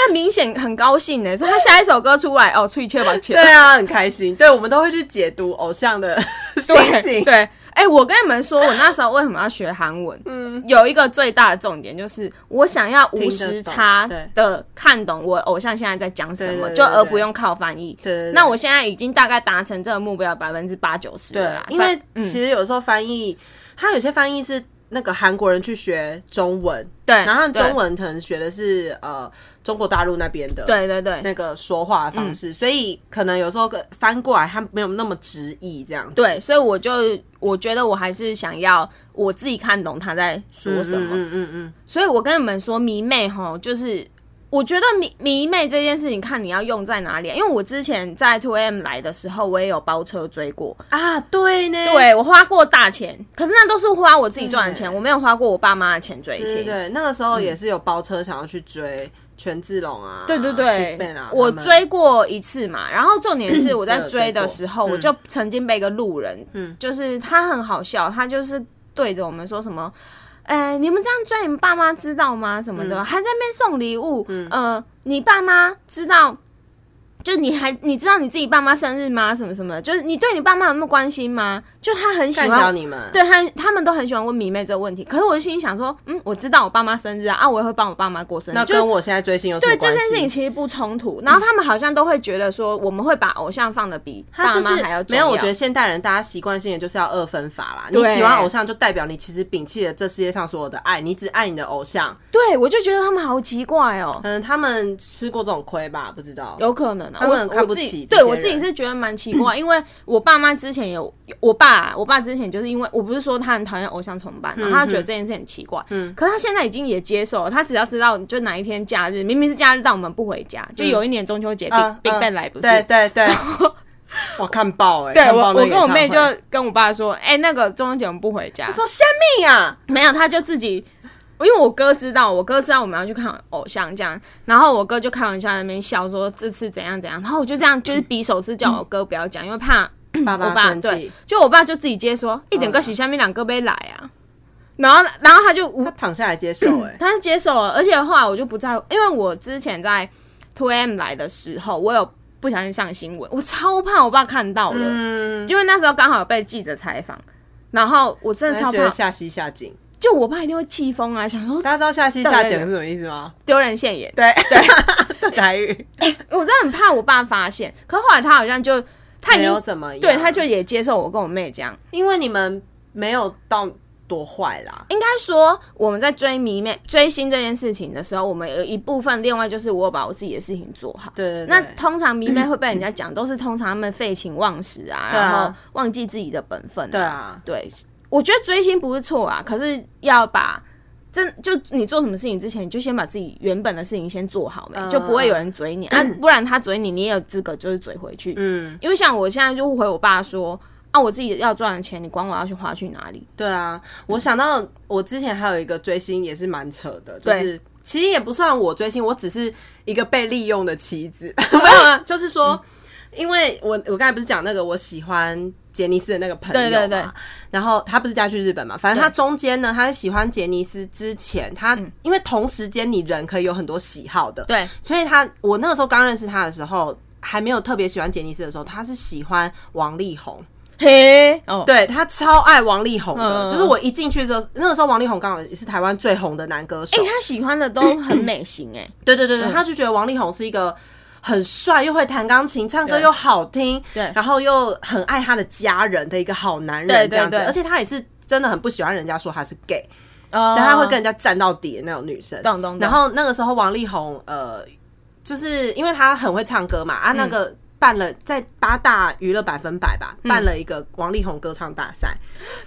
S2: 他明显很高兴呢，所以他下一首歌出来哦，出去切吧 切，
S1: 对啊，很开心。对，我们都会去解读偶像的心
S2: 对
S1: 情。
S2: 对，哎、我跟你们说，我那时候为什么要学韩文？嗯，有一个最大的重点就是我想要无时差
S1: 听得懂
S2: 的看懂我偶像现在在讲什么，
S1: 对对对
S2: 就
S1: 对
S2: 而不用靠翻译。
S1: 对对对
S2: 那我现在已经大概达成这个目标百分之八九十了啦，
S1: 因为
S2: 反嗯
S1: 其实有时候翻译，他有些翻译是那个韩国人去学中文，
S2: 对，
S1: 然后他们
S2: 对
S1: 中文可能学的是呃中国大陆那边的。
S2: 对对对
S1: 那个说话的方式，所以可能有时候翻过来，他没有那么直译这样。
S2: 对，所以我就我觉得我还是想要我自己看懂他在说什么。
S1: 嗯嗯嗯，
S2: 所以我跟你们说，迷妹吼，就是我觉得迷迷妹这件事情，看你要用在哪里啊。因为我之前在 Two M 来的时候，我也有包车追过，
S1: 啊，对呢，
S2: 对我花过大钱，可是那都是花我自己赚的钱，我没有花过我爸妈的钱追
S1: 嗯对对
S2: 星。
S1: 对，那个时候也是有包车想要去追权志龙啊，
S2: 对对对
S1: BigBang 啊，
S2: 我
S1: 他们
S2: 追过一次嘛，然后 重点是我在
S1: 我有追
S2: 追的
S1: 过
S2: 时候，
S1: 嗯
S2: 我就曾经被一个路人，嗯，就是他很好笑，他就是对着我们说什么。哎、你们这样追你爸妈知道吗？什么的，
S1: 嗯
S2: 还在那边送礼物，呃，你爸妈知道，就你还你知道你自己爸妈生日吗？什么什么的，就是你对你爸妈有那么关心吗？就他很喜
S1: 干
S2: 欢
S1: 掉你们。
S2: 对他，他们都很喜欢问迷妹这个问题。可是我就心里想说，嗯，我知道我爸妈生日啊，啊，我也会帮我爸妈过生日。
S1: 那
S2: 就是
S1: 跟我现在追星有什么
S2: 对
S1: 关
S2: 这
S1: 系？
S2: 件事情其实不冲突。然后他们好像都会觉得说，我们会把偶像放的比
S1: 他
S2: 爸
S1: 就
S2: 妈
S1: 是
S2: 还要重
S1: 没有，我
S2: 要
S1: 觉得现代人大家习惯性的就是要二分法啦。
S2: 对
S1: 你喜欢偶像，就代表你其实摒弃了这世界上所有的爱，你只爱你的偶像。
S2: 对我就觉得他们好奇怪哦。
S1: 可能他们吃过这种亏吧，不知道。
S2: 有可能啊，
S1: 他
S2: 我
S1: 们很看不
S2: 我自己
S1: 起这
S2: 对
S1: 些
S2: 我自己
S1: 人
S2: 是觉得蛮奇怪，因为我爸妈之前有，我爸我爸之前就是因为我不是说他很讨厌偶像崇拜嘛，他觉得这件事很奇怪，嗯，可是他现在已经也接受了，他只要知道就哪一天假日，明明是假日，但我们不回家，就有一年中秋节，Big
S1: 嗯
S2: Big
S1: 嗯
S2: Bang 来不是，
S1: 对对 对，我看爆哎、
S2: 对
S1: 看
S2: 我
S1: 爆那
S2: 我
S1: 个
S2: 跟我妹
S1: 演
S2: 就
S1: 唱会
S2: 跟我爸说，哎，那个中秋节我们不回家
S1: 他，说：“虾米啊，
S2: 没有，他就自己，因为我哥知道，我哥知道我们要去看偶像这样，然后我哥就开玩笑在那边笑说这次怎样怎样，然后我就这样就是比手势叫我哥不要讲，因 为怕
S1: 爸
S2: 我
S1: 爸
S2: 爸
S1: 生
S2: 对
S1: 气，，嗯
S2: 就我爸就自己接说一点个洗下面两个杯来啊，然后然后他就无
S1: 他躺下来接受哎、
S2: 他是接受了，而且后来我就不在乎，因为我之前在 Two M 来的时候，我有不小心上新闻，我超怕我爸看到了，
S1: 嗯
S2: 因为那时候刚好有被记者采访，然后我真的
S1: 他
S2: 超
S1: 觉得
S2: 怕，
S1: 下西下井。
S2: 就我爸一定会气疯啊，想说
S1: 大家知道下西下井是什么意思吗？
S2: 丢人现眼。
S1: 对对，台语
S2: 我真的很怕我爸发现，可后来他好像就他已
S1: 没有
S2: 经
S1: 怎么样，
S2: 对，他就也接受我跟我妹这样。
S1: 因为你们没有到多坏啦，
S2: 应该说我们在追迷妹追星这件事情的时候，我们有一部分，另外就是我有把我自己的事情做好。
S1: 对对对，
S2: 那通常迷妹会被人家讲，都是通常他们废寝忘食啊，
S1: 对啊
S2: 然后忘记自己的本分、
S1: 对，啊，
S2: 对，我觉得追星不是错啊，可是要把真就你做什么事情之前，你就先把自己原本的事情先做好没，
S1: 嗯
S2: 就不会有人追你 啊，不然他追你，你也有资格就是追回去。
S1: 嗯，
S2: 因为像我现在就回我爸说。啊，我自己要赚的钱，你管我要去花去哪里？
S1: 对啊，
S2: 嗯
S1: 我想到我之前还有一个追星也是蛮扯的，就
S2: 对
S1: 是其实也不算我追星，我只是一个被利用的棋 子，没有啊， 就是说，
S2: 嗯
S1: 因为我我刚才不是讲那个我喜欢杰尼斯的那个朋友嘛，
S2: 对对对
S1: 然后他不是家去日本嘛，反正他中间呢，他在喜欢杰尼斯之前，他因为同时间你人可以有很多喜好的，
S2: 嗯对，
S1: 所以他我那个时候刚认识他的时候。还没有特别喜欢杰尼斯的时候，他是喜欢王力宏，
S2: 嘿，哦，对，
S1: 对他超爱王力宏的，
S2: 嗯
S1: 就是我一进去的时候，那个时候王力宏刚好也是台湾最红的男歌手。
S2: 哎、他喜欢的都很美型、哎，
S1: 对对对对，他就觉得王力宏是一个很帅，又会弹钢琴，唱歌
S2: 对
S1: 又好听，
S2: 对
S1: 然后又很爱他的家人的一个好男
S2: 对
S1: 人
S2: 对
S1: 这样子。
S2: 对
S1: 而且他也是真的很不喜欢人家说他是 gay，
S2: 但
S1: 但他会跟人家站到底的那种女生。
S2: 懂懂懂
S1: 然后那个时候王力宏，呃，就是因为他很会唱歌嘛，啊，
S2: 嗯
S1: 那个。办了在八大娱乐百分百吧，办了一个王力宏歌唱大赛，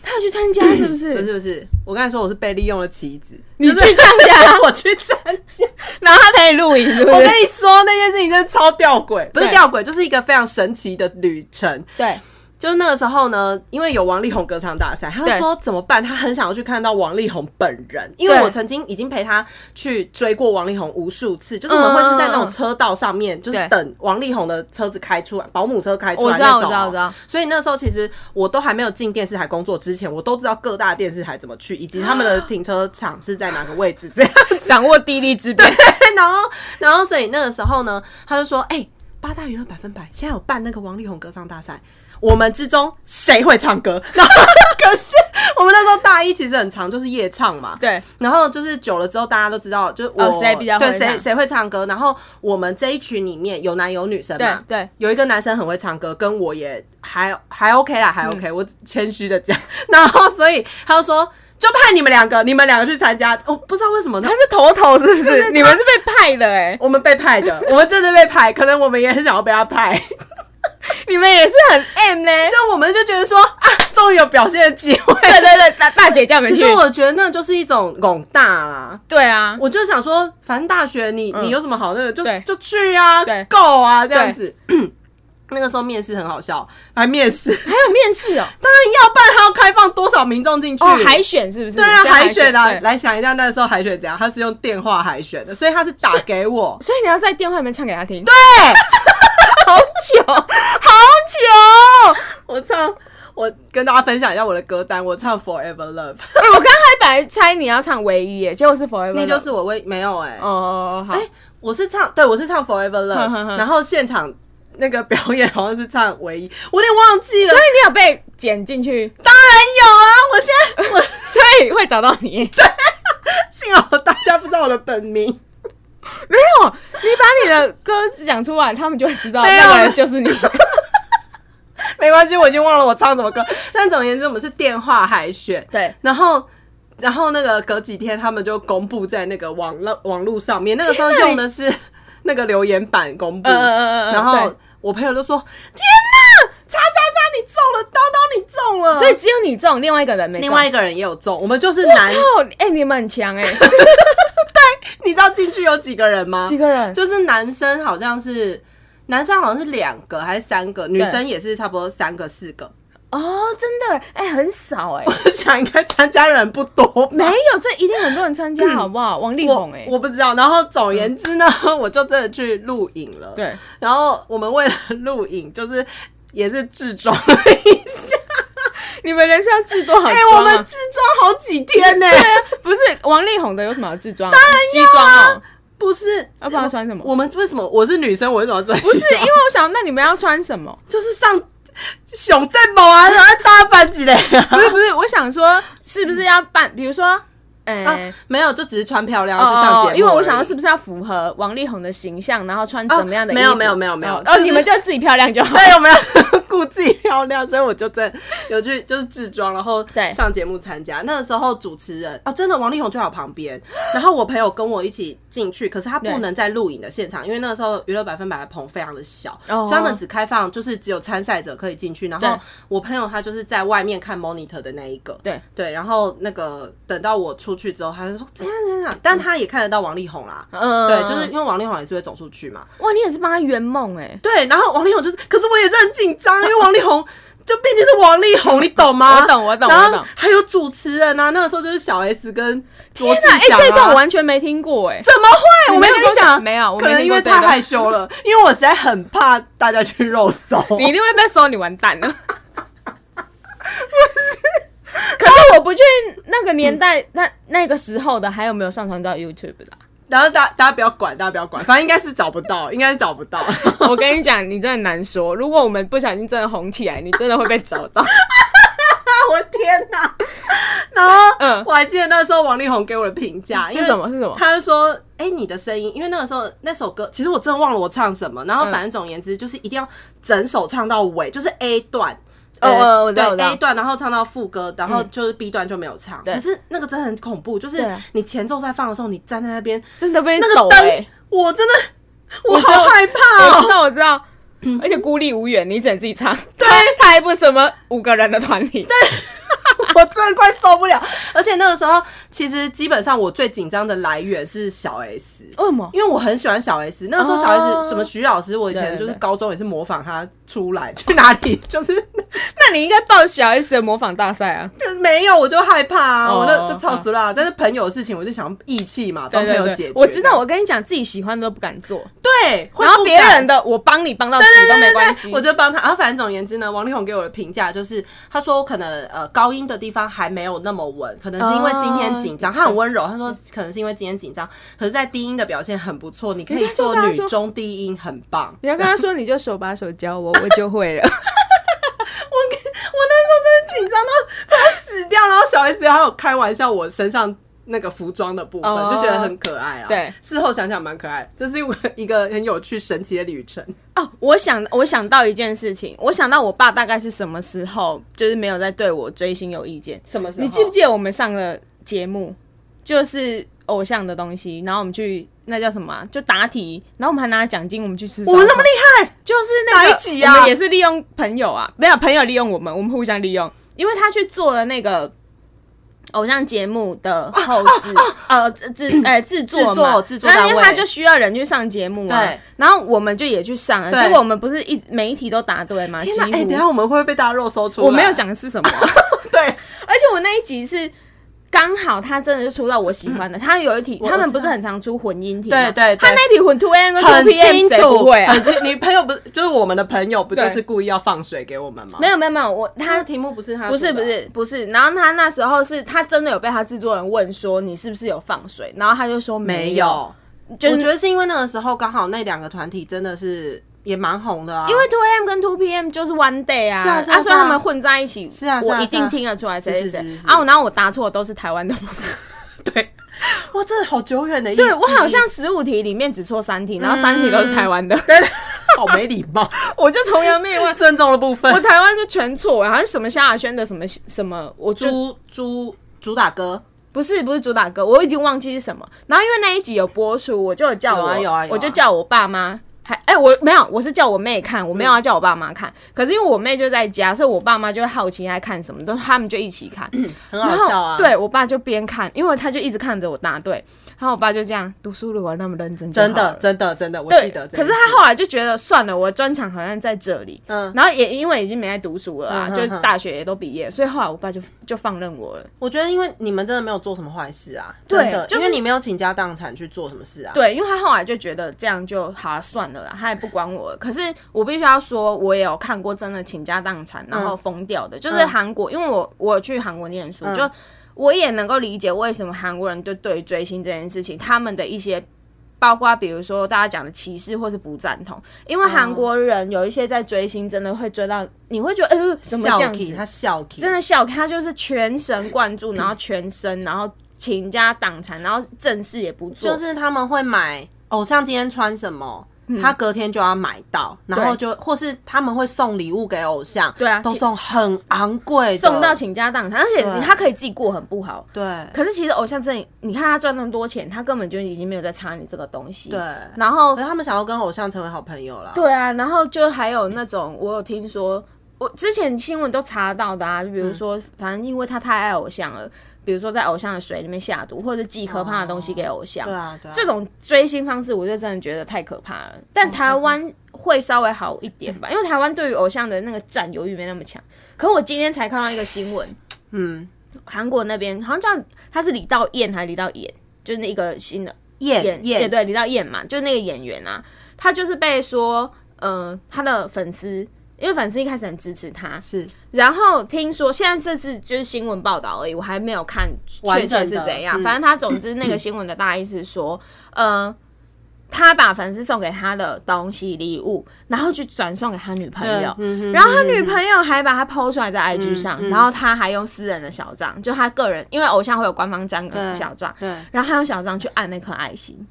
S2: 他有去参 加，是不是？
S1: 不是不是，我刚才说我是被利用的棋子，
S2: 你
S1: 就是
S2: 去参加
S1: 我去参加。
S2: 然后他陪你录影，是不
S1: 我跟
S2: 是？
S1: 你说那件事情真的超吊诡，不是
S2: 对
S1: 吊诡，就是一个非常神奇的旅程。
S2: 对，
S1: 就是那个时候呢，因为有王力宏歌唱大赛，他就
S2: 对
S1: 说怎么办？他很想要去看到王力宏本人，因为
S2: 对
S1: 我曾经已经陪他去追过王力宏无数次，就是我们会是在那
S2: 嗯嗯嗯
S1: 种车道上面，就是
S2: 对
S1: 等王力宏的车子开出来，保姆车开出
S2: 我
S1: 来
S2: 知道，
S1: 那
S2: 我
S1: 种
S2: 知道，我
S1: 哦
S2: 知。道。
S1: 所以那时候其实我都还没有进电视台工作之前，我都知道各大电视台怎么去，以及他们 的停车场是在哪个位置这样。
S2: 掌握地利之便，
S1: 然后，然后，所以那个时候呢，他就说：“哎、八大娱乐百分百现在有办那个王力宏歌唱大赛，我们之中谁会唱歌？”然后可是我们那时候大一其实很长，就是夜唱嘛。
S2: 对，
S1: 然后就是久了之后，大家都知道，就是我
S2: 哦谁比较会
S1: 对
S2: 唱
S1: 谁谁会唱歌。然后我们这一群里面有男有女生嘛，
S2: 对对，
S1: 有一个男生很会唱歌，跟我也还还 OK 啦，
S2: 嗯
S1: 还 OK，、我谦虚的讲。 然后所以他就说，就派你们两个，你们两个去参加。我不知道为什么，
S2: 他是头头是
S1: 就
S2: 不
S1: 是
S2: 是？
S1: 他
S2: 你们是被派的哎、
S1: 我们被派 的，我们真的被派，可能我们也很想要被他派，
S2: 你们也是很 M 呢、
S1: 就我们就觉得说啊，终于有表现的机会。
S2: 对 对对，大大姐叫我们
S1: 其
S2: 去
S1: 实，我觉得那就是一种拱大啦，
S2: 对啊，
S1: 我就想说，反正大学你、
S2: 嗯
S1: 你有什么好那个就
S2: 对
S1: 就去啊
S2: 对，
S1: 够啊这样子。 那个时候面试很好笑，还面试，
S2: 还有面试哦、
S1: 当然要办，他要开放多少民众进去？
S2: 哦，海选是不是？
S1: 对啊，
S2: 是
S1: 海选啊，
S2: 对
S1: 来想一下那时候海选怎样？他是用电话海选的，所以他是打给我，
S2: 所以你要在电话里面唱给他 听。对，好久，好久，
S1: 我唱，我跟大家分享一下我的歌单，我唱 Forever Love，
S2: 哎、我刚才本来猜你要唱唯一耶，结果是 Forever，
S1: 那
S2: Love
S1: 就是我为没有哎、
S2: 哦哦哦好，
S1: 哎、我是唱，对我是唱 Forever
S2: 哼哼
S1: Love，
S2: 哼
S1: 然后现场那个表演好像是唱唯一，我有点忘记了
S2: 所以。你有被剪进去，
S1: 当然有啊，我现在我
S2: 所以会找到你。
S1: 幸好大家不知道我的本名。
S2: 没有，你把你的歌词讲出来，他们就会知道
S1: 没有
S2: 那个人就是你。
S1: 没关系，我已经忘了我唱什么 歌。但总而言之，我们是电话海选。
S2: 对
S1: 然后，然后那个隔几天他们就公布在那个网络网络上面，那个时候
S2: 天哪
S1: 用的是那个留言板公布。
S2: 嗯嗯嗯嗯嗯
S1: 然后
S2: 对
S1: 我朋友就说：“天哪，叉叉叉，你中了，刀刀你中了。”
S2: 所以只有你中，另外一个人没中。
S1: 另外一个人也有中，我们就是 男，
S2: 靠，哎、你们很 强哎、
S1: 你知道进去有几个人吗？
S2: 几个人
S1: 就是男生好像是。男生好像是两个还是三个，女生也是差不多三个四 个。
S2: 哦，真的哎、很少哎、
S1: 我想应该参加人不多吧，
S2: 没有，这一定很多人参加，好不好？王力
S1: 我
S2: 宏哎、
S1: 我不知道。然后总而言之呢，我就真的去录影了。，
S2: 嗯对，
S1: 然后我们为了 录影，就是也是置装了一下。
S2: 你们人是要制多少
S1: 哎、
S2: 妆、啊？
S1: 我们置装好几天呢、
S2: 对啊，不是王力宏的有什么要制装、啊？当然西装哦、
S1: 不是，
S2: 要不然穿什么
S1: 我们为什么我是女生，我为什么要穿西
S2: 不
S1: 装？
S2: 是，因为我想，那你们要穿什么？
S1: 就是上熊在某啊，然后大班级嘞。
S2: 不是不是，我想说，是不是要扮？比如说，哎、
S1: 啊，没有，就只是穿漂亮去上节
S2: 哦
S1: 目，
S2: 因为我想要
S1: 是。
S2: 是不是要符合王力宏的形象，然后穿
S1: 哦
S2: 怎么样的衣服？
S1: 没有没有没有没有
S2: 哦
S1: 就是
S2: 哦，你们就自己漂亮就 好。
S1: 对，我们要顾自己漂亮，所以我就真的有去 就是制装，然后
S2: 对
S1: 上节目参加。那个时候主持人哦，真的王力宏就在我旁边，然后我朋友跟我一起进去，可是他
S2: 对
S1: 不能在录影的现场，因为那个时候娱乐百分百的棚非常的小，所
S2: 哦
S1: 以他们只开放就是只有参赛者可以进去。然后
S2: 对
S1: 我朋友他就是在外面看 monitor 的那一个，
S2: 对
S1: 对，然后那个等到我出去之后，他就说怎样怎样怎样，但他也看得到王力宏啦。
S2: 嗯
S1: 对，就是因为王力宏也是会走出去嘛，
S2: 哇，你也是帮他圆梦哎。
S1: 对，然后王力宏就是，可是我也是很紧张，因为王力宏就毕竟是王力宏，你懂吗？
S2: 我懂我懂
S1: 然
S2: 我
S1: 后
S2: 懂
S1: 还有主持人啊，那个时候就是小 S 跟罗志
S2: 天哪，哎、
S1: 祥、啊
S2: 这一段我完全没听过哎。
S1: 怎么会？我
S2: 你没有
S1: 跟
S2: 跟
S1: 你
S2: 我
S1: 讲，
S2: 讲没有我没
S1: 可能
S2: 听
S1: 因
S2: 过
S1: 为
S2: 这
S1: 太
S2: 一段
S1: 害羞了，因为我实在很怕大家去肉搜。
S2: 你一定会被收，你完蛋了。可是我不确定那个年代，那那个时候的还有没有上传到 YouTube 的啊、
S1: 然后大大家不要管，大家不要管，反正应该是找不到，应该是找不到。
S2: 我跟你讲，你真的难说。如果我们不小心真的红起来，你真的会被找到。
S1: 我的天 哪！然后，
S2: 嗯
S1: 我还记得那时候王力宏给我的评价
S2: 是
S1: 因为
S2: 什么是什么
S1: 他就说：“哎、你的声音，因为那个时候那首歌，其实我真的忘了我唱什么。然
S2: 嗯
S1: 后，反正总而言之，就是一定要整首唱到尾，就是 A 段。”
S2: 哦
S1: 呃
S2: 我我知道我知
S1: 对
S2: 道嗯
S1: A 段，然后唱到副歌，然后就是 B 段就没有唱。
S2: 对
S1: 可是那个真的很恐怖，就是
S2: 对啊
S1: 你前奏在放的时候，你站在那边，
S2: 真的被
S1: 那
S2: 抖
S1: 个
S2: 哎、
S1: 灯，我真的我
S2: 知道
S1: 好害怕
S2: 我
S1: 哦
S2: 知。道，我知道，而且孤立无援，你只能自己唱。
S1: 对
S2: 他，他还不是什么五个人的团体。对，
S1: 我真的快受不了。而且那个时候，其实基本上我最紧张的来源是小 S，
S2: 为什么？
S1: 因为我很喜欢小 S。那个时候小
S2: 哦
S1: S 什么徐老师，我以
S2: 对
S1: 前
S2: 对
S1: 就是
S2: 对
S1: 高中也是模仿她出来，去哪里 就是
S2: 那你应该报小 S 的模仿大赛啊！
S1: 没有，我就害怕啊，
S2: 哦
S1: 我就就操死啦。但是朋友的事情，我就想义气嘛，帮朋友解决。
S2: 我知道。我跟你讲，自己喜欢的都不敢做，
S1: 对，会
S2: 然后
S1: 不
S2: 别
S1: 敢
S2: 人的我帮你帮到底都没关系。
S1: 我就帮他。然后反正总而言之呢，王力宏给我的评价就是，他说我可能呃高音的地方还没有那么稳，可能是因为今天紧张，
S2: 哦
S1: 他很温柔。他说可能是因为今天紧张，可是在低音的表现很不错，你可以
S2: 你跟他说
S1: 做
S2: 跟他
S1: 女
S2: 说
S1: 中低音，很棒。
S2: 你要跟他说，你就手把手教 我，我就会了。
S1: 我那时候真的紧张到快要死掉，然后小 S 还有开玩笑我身上。那个服装的部分、
S2: 哦
S1: 就觉得很可爱啊，
S2: 对
S1: 事后想想蛮可爱，这是我一个很有趣神奇的旅程。
S2: 哦，我想我想到一件事情，我想到我爸大概是什么时候，就是没有在对我追星有意见。
S1: 什么时候
S2: 你记不记得我们上了节目，就是偶像的东西，然后我们去那叫什么啊、就答题，然后我们还拿奖金，我们去吃烧烤。
S1: 我们那么厉害，
S2: 就是那个
S1: 哪一集啊
S2: 我们也是利用朋友啊，没有朋友利用我们，我们互相利用，因为他去做了那个。偶像节目的后制，呃，制制呃制作嘛
S1: 制作制作单
S2: 然
S1: 位
S2: 后因为他就需要人去上节目啊，
S1: 对，
S2: 然后我们就也去上了，
S1: 对
S2: 结果我们不是一直每一题都答对吗？
S1: 天哪！
S2: 啊几
S1: 哎、
S2: 乎
S1: 等一下我们会不会被大家肉搜出来？
S2: 我没有，讲是什么，
S1: 对，
S2: 而且我那一集是刚好他真的就出到我喜欢的，他有一题，
S1: 我
S2: 他们
S1: 我知
S2: 不
S1: 道
S2: 是很常出混音题吗，
S1: 对对对
S2: 他那题混 two n 跟 two
S1: 很
S2: pm
S1: 清
S2: 谁不
S1: 楚，
S2: 会啊
S1: 很？清。 你朋友不是就是我们的朋友，不就
S2: 对
S1: 是故意要放水给我们吗？
S2: 没有没有没有，我
S1: 他
S2: 他
S1: 的题目不是他，
S2: 不是不，是不是，然后他那时候是他真的有被他制作人问说你是不是有放水，然后他就说
S1: 没
S2: 有，
S1: 有。
S2: 就是
S1: 我觉得是因为那个时候刚好那两个团体真的是也蛮红的啊，
S2: 因为 two a.m. 跟 two p.m. 就是 one day 啊，
S1: 是啊是啊
S2: 所以
S1: 是啊
S2: 他们混在一起，
S1: 是啊是啊
S2: 我一
S1: 是
S2: 定
S1: 啊
S2: 听得出来谁
S1: 是是
S2: 谁
S1: 是是
S2: 啊。然后我答错的都是台湾的部分，
S1: 对，哇，这好久远的，
S2: 对我好像十五题里面只错三题，然后三题都是台湾的，
S1: 好没礼貌，
S2: 我就崇洋媚外。
S1: 尊重的部分
S2: 我。台湾就全错，好像什么萧亚轩的什么什么， 我就
S1: 主主主打歌，
S2: 不是不是主打歌，我已经忘记是什么。然后因为那一集有播出，我就有叫我
S1: 有啊有啊有啊
S2: 我就叫我爸妈，还哎、我没有，我是叫我妹看，我没有要叫我爸妈
S1: 嗯
S2: 看。可是因为我妹就在家，所以我爸妈就会好奇在看什么，都他们就一起看，
S1: 嗯很
S2: 然
S1: 好
S2: 后
S1: 笑啊。，
S2: 对我爸就边看，因为他就一直看着我答对，然后我爸就这样读书如果那么认真就好
S1: 真
S2: 了，
S1: 的真的真的，我
S2: 对
S1: 记得。，
S2: 可是他后来就觉得算了，我的专长好像在这里，
S1: 嗯
S2: 然后也因为已经没在读书了啊，
S1: 嗯哼
S2: 就
S1: 哼
S2: 大学也都毕业，所以后来我爸就就放任我了。
S1: 我觉得，因为你们真的没有做什么坏事啊，
S2: 对
S1: 真的，
S2: 就是
S1: 因为你没有倾家荡产去做什么事啊。，
S2: 对，因为他后来就觉得这样就好了，算了啦，他也不管我了。可是我必须要说，我也有看过真的倾家荡产然后疯掉
S1: 嗯
S2: 的，就是韩国，因为我我有去韩国念书，就我也能够理解为什么韩国人就对于追星这件事情，他们的一些。包括比如说大家讲的歧视或是不赞同，因为韩国人有一些在追星，真的会追到你会觉得，呃，怎么这
S1: 笑
S2: 样子？
S1: 他笑 k
S2: 真的笑，他就是全神贯注，然后全身，然后倾家荡产，然后正事也不做，
S1: 就是他们会买偶像今天穿什么。
S2: 嗯
S1: 他隔天就要买到，然后就或是他们会送礼物给偶像，
S2: 对啊
S1: 都送很昂贵的，
S2: 送到倾家荡产，而且
S1: 对
S2: 他可以自己过很不好。
S1: 对
S2: 可是其实偶像真的，你看他赚那么多钱，他根本就已经没有在差你这个东西。
S1: 对。
S2: 然后
S1: 可是他们想要跟偶像成为好朋友啦，
S2: 对啊，然后就还有那种，我有听说，我之前新闻都查到的啊，比
S1: 嗯
S2: 如说，反正因为他太爱偶像了，比如说在偶像的水里面下毒，或者寄可怕的东西给偶像。
S1: 对啊，对啊，
S2: 这种追星方式，我就真的觉得太可怕了。但台湾会稍微好一点 吧，因为台湾对于偶像的那个占有欲没那么强。可我今天才看到一个新闻，嗯，韩国那边好像叫他是李道彦还是李道演，就是那一个新的
S1: 艳
S2: 也
S1: 艳
S2: 对李道彦嘛，就是那个演员啊，他就是被说，呃，他的粉丝。因为粉丝一开始很支持他，
S1: 是
S2: 然后听说现在这次就是新闻报道而已，我还没有看确
S1: 完整
S2: 切
S1: 的
S2: 是怎样。
S1: 嗯
S2: 反正他总之那个新闻的大意是说，呃，他把粉丝送给他的东西礼物，然后去转送给他女朋友，
S1: 嗯
S2: 嗯然后他女朋友还把他抛出来在 IG 上，然后他还用私人的小账，就他个人，因为偶像会有官方账跟
S1: 对
S2: 小账，
S1: 嗯对，
S2: 然后他用小账去按那颗爱心。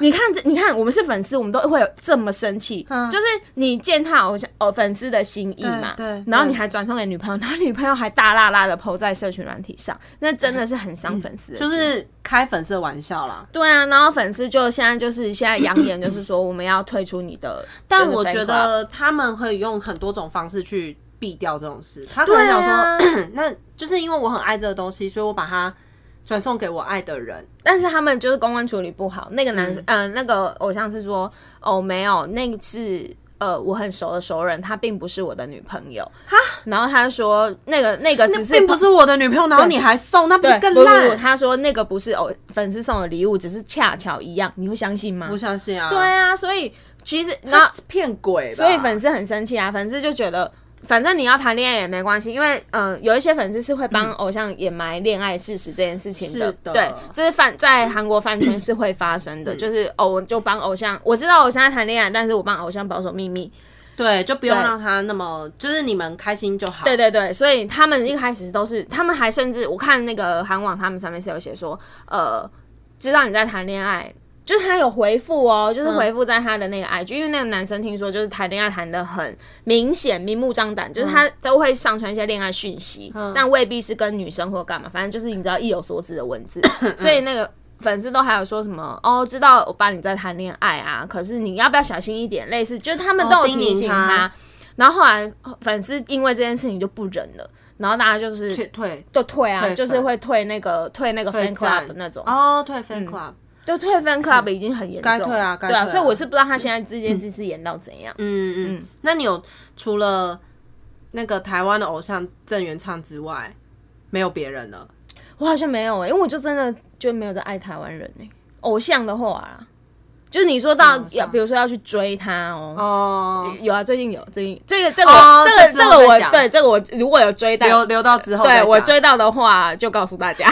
S2: 你看这，你看，我们是粉丝，我们都会有这么生气，就是你践踏偶像哦粉丝的心意嘛，
S1: 嗯对对
S2: 然后你
S1: 对
S2: 还转送给女朋友，然后女朋友还大辣辣的 PO 在社群软体上，那真的是很伤粉丝的
S1: 就
S2: 心，
S1: 是开粉丝的玩笑啦。
S2: 对啊，然后粉丝就现在就是现在扬言就是说我们要退出你的，
S1: 但
S2: 就是
S1: 我
S2: fan
S1: 觉
S2: club
S1: 得他们会用很多种方式去避掉这种事。他可能
S2: 对
S1: 想说，
S2: 啊，
S1: 那就是因为我很爱这个东西，所以我把它转送给我爱的人。
S2: 但是他们就是公关处理不好。那个男生，嗯、那个偶像是说，哦，没有，那个是呃我很熟的熟人，她并不是我的女朋友。哈，然后他说那个那个只是
S1: 并不是我的女朋友，然后你还送，那不
S2: 对
S1: 是更
S2: 不不不
S1: 烂？
S2: 他说那个不是偶粉丝送的礼物，只是恰巧一样，你会相信吗
S1: 不？相信啊！
S2: 对，啊，所以其实那
S1: 骗鬼吧。
S2: 所以粉丝很生气啊，粉丝就觉得。反正你要谈恋爱也没关系，因为嗯、呃有一些粉丝是会帮偶像掩埋恋爱事实这件事情的，
S1: 嗯是的嗯
S2: 对，这是饭在韩国饭圈是会发生的，就是哦，我就帮偶像，我知道偶像在谈恋爱，但是我帮偶像保守秘密，
S1: 对，就不用
S2: 对
S1: 让他那么，就是你们开心就好。
S2: 对对对，所以他们一开始都是，他们还甚至我看那个韩网，他们上面是有写说，呃，知道你在谈恋爱，就是他有回复哦，就是
S1: 嗯
S2: 回复在他的那个 IG，、因为那个男生听说就是谈恋爱谈的很明显、明目张胆，就是
S1: 嗯
S2: 他都会上传一些恋爱讯息，但未必是跟女生或干嘛，反正就是你知道意有所指的文字，
S1: 嗯
S2: 所以那个。粉丝都还有说什么哦，知道我爸你在谈恋爱啊，可是你要不要小心一点？类似就是他们都有
S1: 哦叮咛
S2: 提醒
S1: 他
S2: 他，然后后来呃粉丝因为这件事情就不忍了，然后大家就是
S1: 去退
S2: 就退啊，
S1: 退粉
S2: 就是会退那个退那个 fan
S1: 赞
S2: club 那种，嗯
S1: 哦，退 fan club。
S2: 就退 fan club 已经很严重了，
S1: 该退啊该
S2: 对啊，
S1: 退啊
S2: 所以我是不知道他现在这件事是演到怎样。
S1: 嗯嗯，那你有除了那个台湾的偶像郑元畅之外，没有别人了？
S2: 我好像没有哎、因为我就真的就没有在爱台湾人哎、偶像的话啊，就是你说
S1: 偶
S2: 到
S1: 像
S2: 要，比如说要去追他哦。
S1: 哦，
S2: 有啊，最近有，最近这个这个、
S1: 哦
S2: 这个
S1: 这之
S2: 这
S1: 后再
S2: 个我
S1: 讲
S2: 对这个我如果有追到，
S1: 留留到之后再
S2: 对
S1: 讲，
S2: 我追到的话就告诉 大家，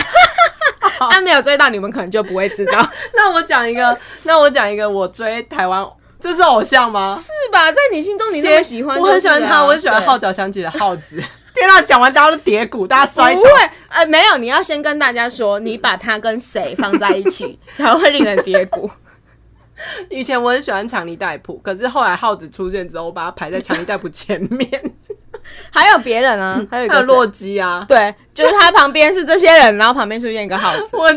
S2: 但没有追到你们可能就不会知道，是
S1: 那我讲一 个，那我讲一个，我追台湾，这是偶像吗？
S2: 吧？在你心中你那么喜欢、啊
S1: 我很喜欢他，我很喜欢号
S2: 浩。
S1: 角响起的浩子。 天啊，讲完大家都跌谷，大家
S2: 不
S1: 摔倒。
S2: 会，呃，没有，你要先跟大家说，你把他跟谁放在一 起，才会令人跌谷。
S1: 以前我很喜欢强尼戴普，可是后来浩子出现之后，我把他排在强尼戴普前面。
S2: 还有别人啊， 还有一
S1: 嗯还有
S2: 个
S1: 洛
S2: 落，
S1: 基啊，
S2: 对，就是他旁边是这些人，然后旁边出现一个耗 子。
S1: 我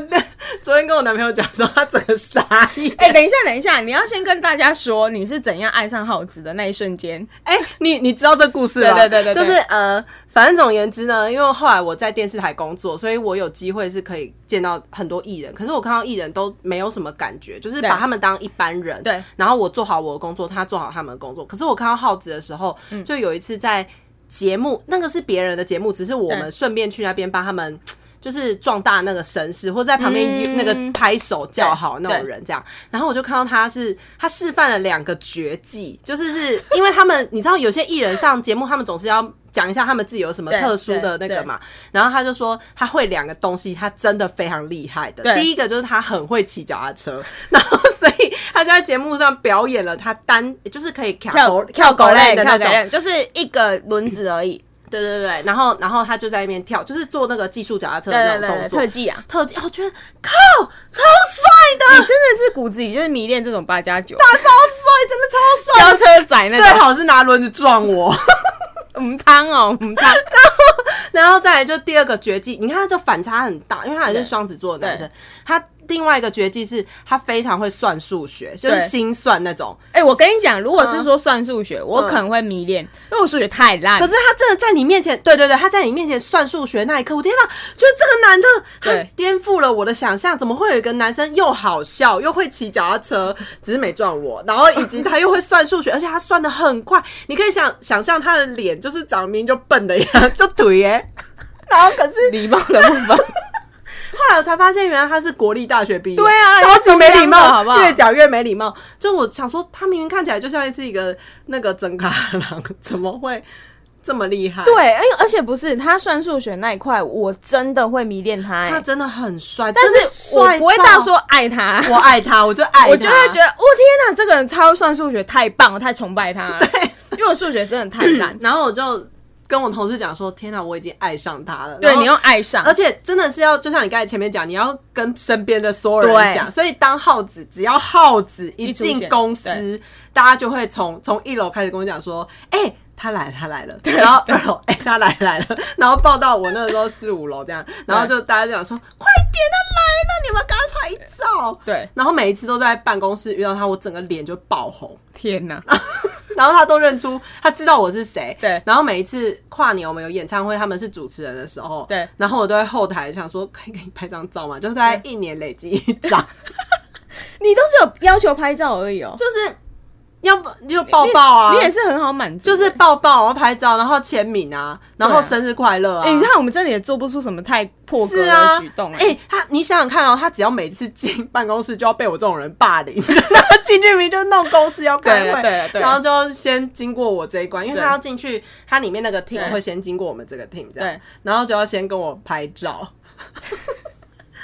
S1: 昨天跟我男朋友讲说，他整个傻眼。
S2: 哎、等一下，等一下，你要先跟大家说你是怎样爱上耗子的那一瞬间。
S1: 哎、你你知道这故事吗？
S2: 对对对对对
S1: 就是呃，反正总而言之呢，因为后来我在电视台工作，所以我有机会是可以见到很多艺人，可是我看到艺人都没有什么感觉，就是
S2: 对
S1: 把他们当一般人。
S2: 对
S1: 然后我做好我的工作，他做好他们的工作。可是我看到浩子的时候，
S2: 嗯
S1: 就有一次在节目，那个是别人的节目，只是我
S2: 对
S1: 们顺便去那边帮他们。就是壮大那个声势，或者在旁边
S2: 嗯
S1: 那个拍手叫好
S2: 对
S1: 那种人这样。然后我就看到他是他示范了两个绝技，就是是因为他们你知道有些艺人上节目，他们总是要讲一下他们自己有什么
S2: 对
S1: 特殊的
S2: 对
S1: 那个嘛。然后他就说他会两个东西，他真的非常厉害的。
S2: 对
S1: 第一个就是他很会骑脚踏车，然后 所以他就在节目上表演了他单就是可以跳狗
S2: 跳狗
S1: 类
S2: 类，
S1: 的那
S2: 跳狗
S1: 种。
S2: 类，就是一个轮子而已。
S1: 对对对，然后然后他就在那边跳，就是做那个技术脚踏车的那
S2: 对对
S1: 种
S2: 对，
S1: 动
S2: 特
S1: 作。
S2: 技啊！
S1: 特技，哦我觉得靠，超帅的，
S2: 你真的是骨子里就是迷恋这种八加九
S1: 他超帅，真的超帅，
S2: 飙车仔 那
S1: 最
S2: 种。
S1: 好是拿轮子撞我。
S2: 嗯汤哦，嗯汤。
S1: 然后再来就第二个绝技，你看他就反差很大，因为他也是双子座的男生，他另外一个绝技是他非常会算数学，就是
S2: 对
S1: 心算那种。
S2: 哎、我跟你讲，如果是说算数学，我可能会迷恋，因为我数学太烂。
S1: 可是他真的在你面前，对对对，他在你面前算数学那一刻，我天哪，觉得这个男的
S2: 对
S1: 他颠覆了我的想象，怎么会有一个男生又好笑又会骑脚踏车，只是没撞我，然后以及他又会算数学，而且他算的很快，你可以想想象他的脸就是长得明明就笨的样， 就腿耶、然后可是
S2: 礼貌的部 分，
S1: 后来我才发现，原来他是国立大学毕业，
S2: 对啊
S1: 超级没礼貌，
S2: 人家中央的好不好
S1: 越讲越没礼貌。就我想说，他明明看起来就像是一个那个真卡郎，怎么会这么厉害？
S2: 对，，哎、而且不是他算数学那一块，我真的会迷恋他、
S1: 他
S2: 哎，
S1: 真的很帅，
S2: 但
S1: 真的
S2: 是我
S1: 帅
S2: 不会到
S1: 爆
S2: 说爱他，
S1: 我爱他，我就爱他，。
S2: 我就会觉得，我、天哪，这个人超算数学太棒，我太崇拜他了，因为我数学真的太烂
S1: 然后我就跟我同事讲说：“天哪，我已经爱上他了。”
S2: 对
S1: 然后
S2: 你又爱上，
S1: 而且真的是要，就像你刚才前面讲，你要跟身边的所有人
S2: 对
S1: 讲。所以当耗子，只要耗子一
S2: 一出
S1: 进
S2: 现
S1: 公司，大家就会从从一楼开始跟我讲说：“哎、他来了，他来了。”然后二楼，哎、他来了来了。 然后报到我那个时候四五楼这样，然后就大家就讲说：“快点，他来了，你们赶快拍照。”
S2: 对，
S1: 然后每一次都在办公室遇到他，我整个脸就爆红。
S2: 天哪，
S1: 然后他都认出，他知道我是谁。
S2: 对
S1: 然后每一次跨年我们有演唱会，他们是主持人的时候，
S2: 对
S1: 然后我都在后台想说，可以给你拍张照吗？就是大概一年累积一张，
S2: 你都是有要求拍照而已哦，
S1: 就是要不就抱抱啊，
S2: 你也是很好满足，
S1: 就是抱抱，然后拍照，然后签名啊，然后
S2: 对啊
S1: 生日快乐啊。
S2: 哎、你看我们这里也做不出什么太破格
S1: 是啊
S2: 的举动、，
S1: 哎、他你想想看哦，他只要每次进办公室就要被我这种人霸凌， 他进去明明就弄公司要开
S2: 对
S1: 会，
S2: 啊对啊对啊
S1: 然后就先经过我这一关，因为
S2: 对
S1: 他要进去，他里面那个 team
S2: 对
S1: 会先经过我们这个 team 这样
S2: 对，
S1: 然后就要先跟我拍照。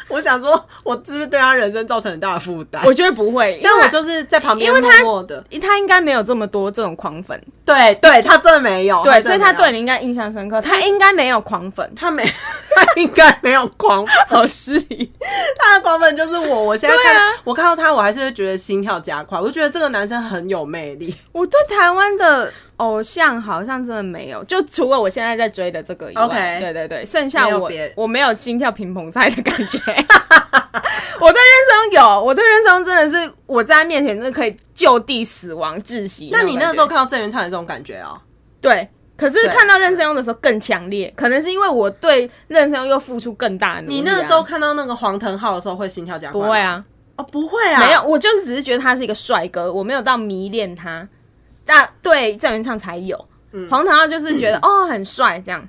S1: 我想说，我是不是对他人生造成很大的负担？
S2: 哎我觉得不会，
S1: 但我
S2: 就
S1: 就是在旁边
S2: 因为
S1: 默
S2: 他
S1: 默的，
S2: 他应该没有这么多这种狂粉，
S1: 对对，哦他真的没有，
S2: 对，
S1: 真的
S2: 所以他
S1: 没有
S2: 对你应该印象深刻，他应该没 有狂粉。
S1: 他没，他应该没有狂粉，好失礼。他的狂粉就是我，我现在看、
S2: 对啊
S1: 我看到他，我还是会觉得心跳加快，我就觉得这个男生很有魅力。
S2: 我对台湾的偶像好像真的没有，就除了我现在在追的这个以外
S1: OK
S2: 对对对，剩下
S1: 没有
S2: 我
S1: 别
S2: 我没有心跳平澎湃的感 觉。我对任松有，我对任松真的是我在他面前真的可以就地死亡窒息种
S1: 那
S2: 感觉。
S1: 你那时候看到郑元畅有这种感觉哦、
S2: 对，可是
S1: 对
S2: 看到任生用的时候更强烈，可能是因为我对任生用又付出更大的努力啊、
S1: 你那时候看到那个黄腾浩的时候会心跳加快？
S2: 不会，啊，
S1: 哦，不会啊，
S2: 没有，我就只是觉得他是一个帅哥，我没有到迷恋他。但对郑元畅
S1: 嗯
S2: 才有，黄唐耀就是觉得、哦很帅这样，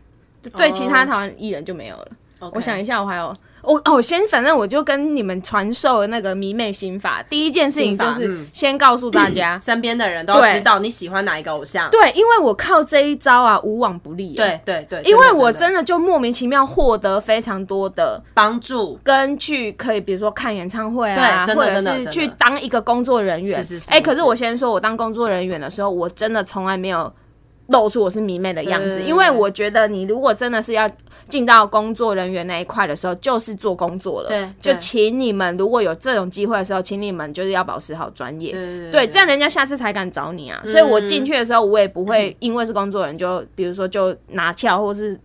S2: 对其他台湾艺人就没有了。
S1: 哦 OK
S2: 我想一下，我还有我哦，先反正我就跟你们传授的那个迷妹心法，第一件事情就
S1: 心法
S2: 是
S1: 嗯，
S2: 先告诉大家
S1: 身边的人都要
S2: 对
S1: 知道你喜欢哪一个偶像。
S2: 对，因为我靠这一招啊，无往不利耶。
S1: 对对对，
S2: 因为我
S1: 真的
S2: 真的就莫名其妙获得非常多的
S1: 的帮助，
S2: 跟去可以，比如说看演唱会
S1: 对
S2: 啊，
S1: 真的
S2: 或者
S1: 真的
S2: 是
S1: 真
S2: 去
S1: 的
S2: 当一个工作人员。
S1: 是是是
S2: 哎、
S1: 是
S2: 可是
S1: 是
S2: 我先说，我当工作人员的时候，我真的从来没有露出我是迷妹的样
S1: 对
S2: 子，
S1: 对对
S2: 因为我觉得你如果真的是要进到工作人员那一块的时候，就是做工作了。
S1: 对
S2: 就
S1: 对
S2: 请你们如果有这种机会的时候，请你们就是要保持好专业。
S1: 对对
S2: 对，这样人家下次才敢找你啊。所以我进去的时候，我也不
S1: 嗯
S2: 会因为是工作人就，比如说就拿翘或是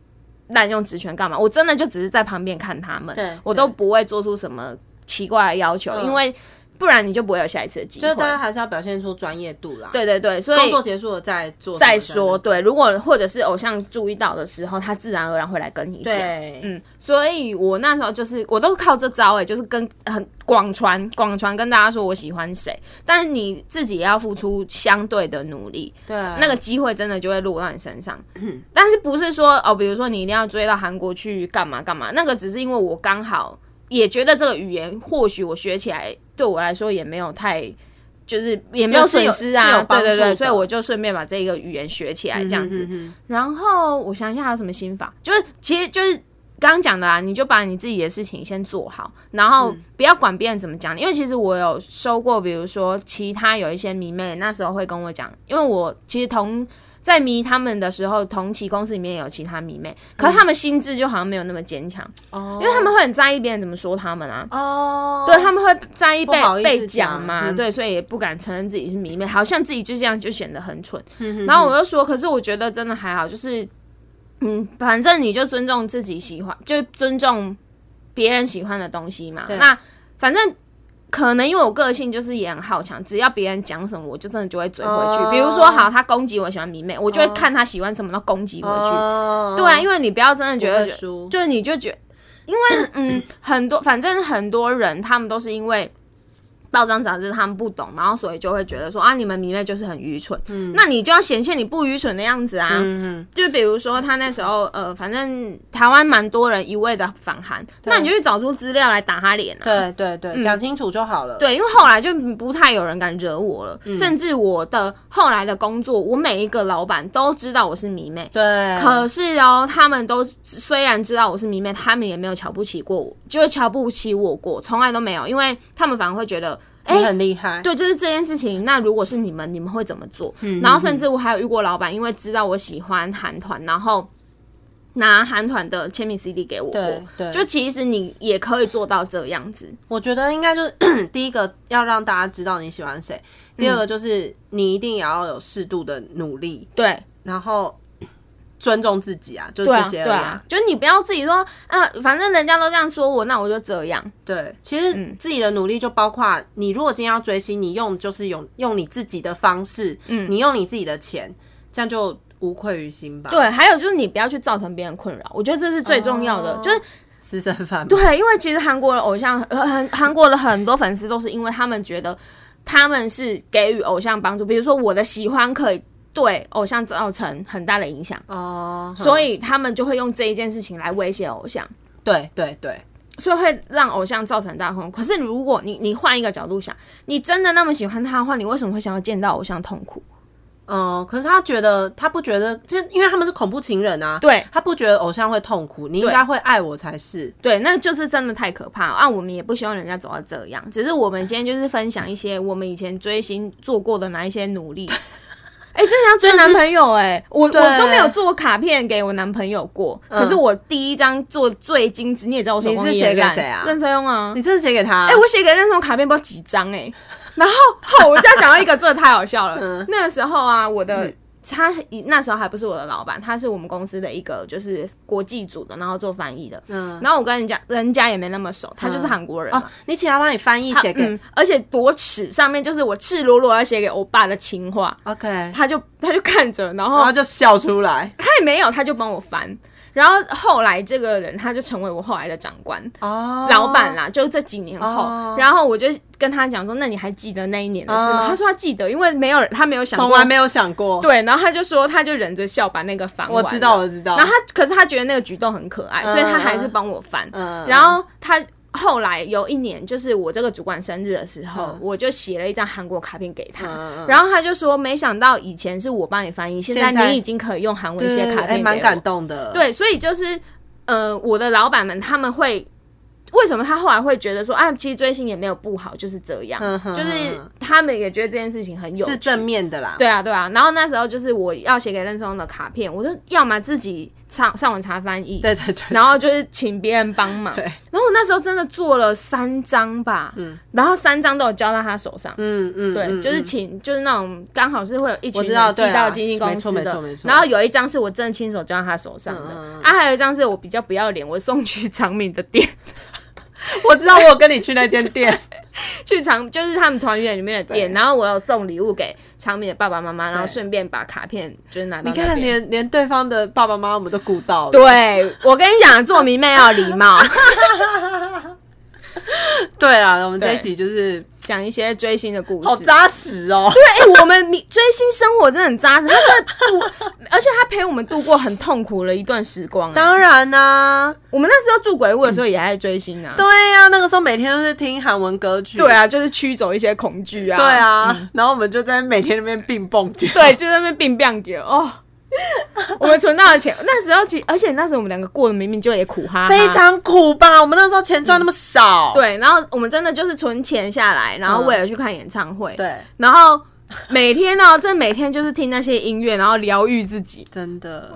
S2: 滥用职权干嘛。我真的就只是在旁边看他们
S1: 对，
S2: 我都不会做出什么奇怪的要求，
S1: 嗯
S2: 因为不然你就不会有下一次的机
S1: 就是
S2: 会
S1: 大。家还是要表现出专业度啦。，
S2: 对对对，所
S1: 工
S2: 以
S1: 作结束了再做
S2: 再
S1: 什么
S2: 说，对，如果或者是偶像注意到的时候，他自然而然会来跟你
S1: 这
S2: 讲。
S1: 样的。对，
S2: 嗯，所以我那时候就是我都是靠这招哎、就是跟很广传广传跟大家说我喜欢谁，但是你自己也要付出相对的努力，
S1: 对，啊
S2: 那个机会真的就会落到你身上。但是不是说哦，比如说你一定要追到韩国去干嘛干嘛？那个只是因为我刚好也觉得这个语言或许我学起来对我来说也没有太。就是也没有
S1: 就是
S2: 损
S1: 有
S2: 失
S1: 是
S2: 啊，
S1: 有帮
S2: 对对
S1: 助
S2: 对，
S1: 的
S2: 所以我就顺便把这个语言学起来，这样子。
S1: 嗯
S2: 然后我想一下还有什么心法，就是其实就是刚刚讲的啊，你就把你自己的事情先做好，然后
S1: 嗯
S2: 不要管别人怎么讲你。因为其实我有收过，比如说其他有一些迷妹，那时候会跟我讲，因为我其实同。在迷他们的时候，同期公司里面也有其他迷妹，可
S1: 嗯
S2: 是他们心智就好像没有那么坚强，
S1: 哦
S2: 因为他们会很在意别人怎么说他们啊。
S1: 哦，
S2: 对他们会在意
S1: 不好
S2: 被
S1: 意思
S2: 被讲嘛，
S1: 讲嗯
S2: 对，所以也不敢承认自己是迷妹，好像自己就这样就显得很蠢。
S1: 嗯
S2: 然后我又说，可是我觉得真的还好，就是嗯，反正你就尊重自己喜欢，就尊重别人喜欢的东西嘛。
S1: 对
S2: 那反正。可能因为我个性就是也很好强，只要别人讲什么，我就真的就会嘴回去。
S1: 哦
S2: 比如说，好，他攻击我喜欢迷妹，我就会
S1: 哦
S2: 看他喜欢什么，都攻击回去。
S1: 哦
S2: 对啊，因为你不要真的觉
S1: 不
S2: 得
S1: 会输，
S2: 就你就觉，因 为嗯，很多反正很多人他们都是因为报章杂志他们不懂，然后所以就会觉得说啊，你们迷妹就是很愚蠢，那你就要显现你不愚蠢的样子啊。
S1: 嗯
S2: 就比如说他那时候呃，反正台湾蛮多人一味的反韩，那你就去找出资料来打他脸啊。
S1: 对对对，讲清楚就好了。
S2: 对，因为后来就不太有人敢惹我了，甚至我的后来的工作，我每一个老板都知道我是迷妹，
S1: 对，
S2: 可是哦，他们都虽然知道我是迷妹，他们也没有瞧不起过我，就是瞧不起我过，从来都没有，因为他们反而会觉得，哎、
S1: 你很厉害。
S2: 对，就是这件事情。那如果是你们，你们会怎么做？然后甚至我还有遇过老板，因为知道我喜欢韩团，然后拿韩团的签名 CD 给我过
S1: 对。对，
S2: 就其实你也可以做到这样子，
S1: 我觉得应该就是 第一个要让大家知道你喜欢谁，第二
S2: 嗯
S1: 个就是你一定也要有适度的努力，
S2: 对。
S1: 然后尊重自己啊，就
S2: 对
S1: 这
S2: 啊，
S1: 些
S2: 对
S1: 而已
S2: 啊，就是你不要自己说，啊，反正人家都这样说我，那我就这样。
S1: 对，其
S2: 嗯
S1: 实自己的努力就包括你，如果今天要追星，你用就是用用你自己的方式，嗯，你用你自己的钱，这样就无愧于心吧。，
S2: 对，还有就是你不要去造成别人困扰，我觉得这是最重要的。
S1: 哦
S2: 就是
S1: 私生饭嘛。
S2: 对，因为其实韩国的偶像，呃很韩国的很多粉丝都是因为他们觉得他们是给予偶像帮助，比如说我的喜欢可以对偶像造成很大的影响，
S1: 哦，哼
S2: 所以他们就会用这一件事情来威胁偶像，
S1: 对对对，
S2: 所以会让偶像造成很大的痛苦。可是如果你你换一个角度想，你真的那么喜欢他的话，你为什么会想要见到偶像痛苦？
S1: 嗯，可是他觉得他不觉得，就是因为他们是恐怖情人啊，
S2: 对
S1: 他不觉得偶像会痛苦，你应
S2: 对
S1: 该会爱我才是。
S2: 对，那就是真的太可怕了啊！我们也不希望人家走到这样，只是我们今天就是分享一些我们以前追星做过的哪一些 努力。哎、真的要追男朋友哎、我我
S1: 对嗯
S2: 都没有做卡片给我男朋友过，可是我第一张做最精致，你也知道我手工
S1: 你是
S2: 艺很
S1: 写给
S2: 烂
S1: 谁啊
S2: 任生用啊
S1: 你，真的写给他？
S2: 哎、我写给任生用卡片不知道几张哎、然后好，我就要讲到一个，真的太好 笑了。
S1: 嗯
S2: 那个时候啊，我的。他那时候还不是我的老板，他是我们公司的一个就是国际组的，然后做翻译的。
S1: 嗯，
S2: 然后我跟人家人家也没那么熟，他就是韩国人嘛
S1: 哦，你请他帮你翻译写给
S2: 嗯，而且多尺上面就是我赤裸裸要写给欧巴的情话，
S1: ，OK，
S2: 他就他就看着，然
S1: 然
S2: 后
S1: 后就笑出来。
S2: 他也没有，他就帮我翻。然后后来这个人他就成为我后来的长官、
S1: 哦
S2: 老板啦，就这几年后。
S1: 哦
S2: 然后我就跟他讲说：“那你还记得那一年的事吗？”
S1: 哦
S2: 他说他记得，因为没有他没有想
S1: 从
S2: 过
S1: 来没有想过。
S2: 对，然后他就说，他就忍着笑把那个翻完
S1: 我
S2: 了。
S1: 知道我知道嗯
S2: 然后他，可是他觉得那个举动很可爱，所以他还是帮我翻。
S1: 嗯嗯
S2: 然后他后来有一年，就是我这个主管生日的时候，我就写了一张韩国卡片给他。
S1: 嗯嗯
S2: 然后他就说，没想到以前是我帮你翻译，现在
S1: 现在
S2: 你已经可以用韩文
S1: 对
S2: 写卡
S1: 哎
S2: 片，
S1: 蛮感。动的。，
S2: 对，所以就是，呃，我的老板们他们会。为什么他后来会觉得说，啊，其实追星也没有不好，就是这样，
S1: 嗯哼
S2: 就是
S1: 嗯哼
S2: 他们也觉得这件事情很有
S1: 是
S2: 趣
S1: 正面的啦。
S2: 对啊，对啊。然后那时候就是我要写给任松的卡片，我就要么自己上上网查翻译，
S1: 对对对。
S2: 然后就是请别人帮忙。
S1: 对
S2: 然后我那时候真的做了三张吧，然后三张都有交到他手上。
S1: 嗯嗯，
S2: 对，
S1: 嗯
S2: 就是请，就是那种刚好是会有一群
S1: 知道
S2: 人寄
S1: 对啊
S2: 到经纪
S1: 没
S2: 公
S1: 错
S2: 司
S1: 没
S2: 的
S1: 错没，错
S2: 然后有一张是我真的亲手交到他手上的，
S1: 嗯嗯
S2: 啊，还有一张是我比较不要脸，我送去长敏的店，
S1: 我知道，我有跟你去那间店，
S2: 去长就是他们团员里面的店，
S1: 对
S2: 然后我有送礼物给长敏的爸爸妈妈，然后
S1: 对
S2: 顺便把卡片就是拿到
S1: 你
S2: 那边。
S1: 看连连对方的爸爸妈妈我们都顾到了。
S2: 对，我跟你讲，做迷妹要有礼貌，
S1: 对啦，我们这
S2: 对
S1: 一集就是
S2: 讲一些追星的故事。
S1: 好扎实哦。
S2: 对，哎我们迷追星生活真的很扎实，他真的度，而且他陪我们度过很痛苦的一段时光、哎
S1: 当然啊啦、
S2: 我们那时候住鬼屋的时候也在追星啊。
S1: 对呀、那个时候每天都是听韩文歌曲。
S2: 对，啊，就是驱走一些恐惧啊。
S1: 对，啊，然后我们就在每天那边并蹦跳。
S2: 对，就在那边病病给哦。 我们存到的钱，那时候其而且那时候我们两个过得明明就也苦哈哈，
S1: 非常苦吧？我们那时候钱赚那么少，
S2: 对。然后我们真的就是存钱下来，然后为了去看演唱会，
S1: 对，
S2: 然后每天呢、真的每天就是听那些音乐，然后疗愈自己。
S1: 真的。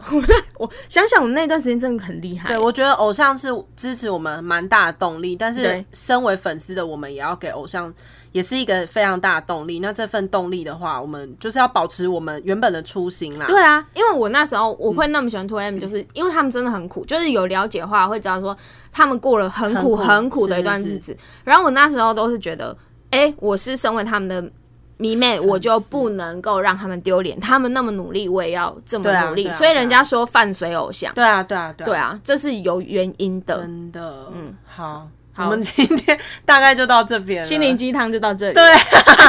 S2: 我想想，我们那段时间真的很厉害。
S1: 对，我觉得偶像是支持我们蛮大的动力，但是
S2: 对
S1: 身为粉丝的我们也要给偶像，也是一个非常大的动力。那这份动力的话，我们就是要保持我们原本的初心啦。
S2: 对啊，因为我那时候我
S1: 嗯
S2: 会那么喜欢 t M，就是因为他们真的很苦，就是有了解的话会知道说他们过了很苦
S1: 很苦
S2: 很苦的
S1: 是
S2: 一段
S1: 是
S2: 日子。然后我那时候都是觉得，哎，我是身为他们的迷妹，我就不能够让他们丢脸，他们那么努力，我也要这
S1: 对
S2: 么
S1: 啊
S2: 努力。
S1: 对啊
S2: 所以
S1: 对啊
S2: 人家说饭随偶像，
S1: 对啊，对啊，对啊，
S2: 对啊，这是有原因的。
S1: 真的，嗯，好，
S2: 好
S1: 我们今天大概就到这边了。
S2: 心灵鸡汤就到这里。
S1: 对，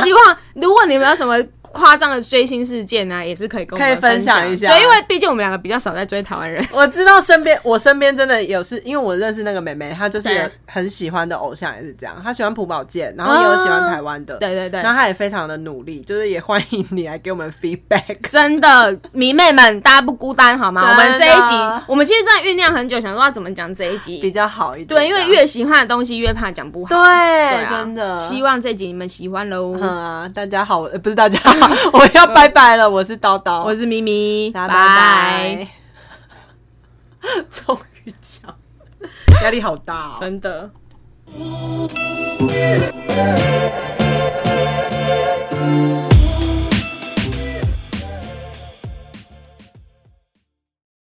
S2: 希望如果你们有什么夸张的追星事件呢、啊，也是可以跟我们
S1: 可以分享一下
S2: 对，因为毕竟我们两个比较少在追台湾人。
S1: 我知道身边，我身边真的有是，因为我认识那个妹妹，她就是
S2: 对
S1: 有很喜欢的偶像也是这样，她喜欢朴宝剑，然后也有喜欢台湾的，
S2: 对对对
S1: 然后她也非常的努力，就是也欢迎你来给我们 feedback。
S2: 真的，迷妹们，大家不孤单好吗？我
S1: 真的
S2: 们这一集，我们其实真的酝酿很久，想说要怎么讲这 一
S1: 比
S2: 集。
S1: 较好一点，
S2: 对，因为越喜欢的东西越怕讲不好。
S1: 对、
S2: 对啊
S1: 真的
S2: 希望这集你们喜欢喽。
S1: 嗯啊，大家好，呃不是大家 好，我要拜拜了，我是叨叨，
S2: 我是咪咪，
S1: 大
S2: 拜
S1: 家拜拜， 终于讲，压力好大哦。
S2: 真的。
S3: 「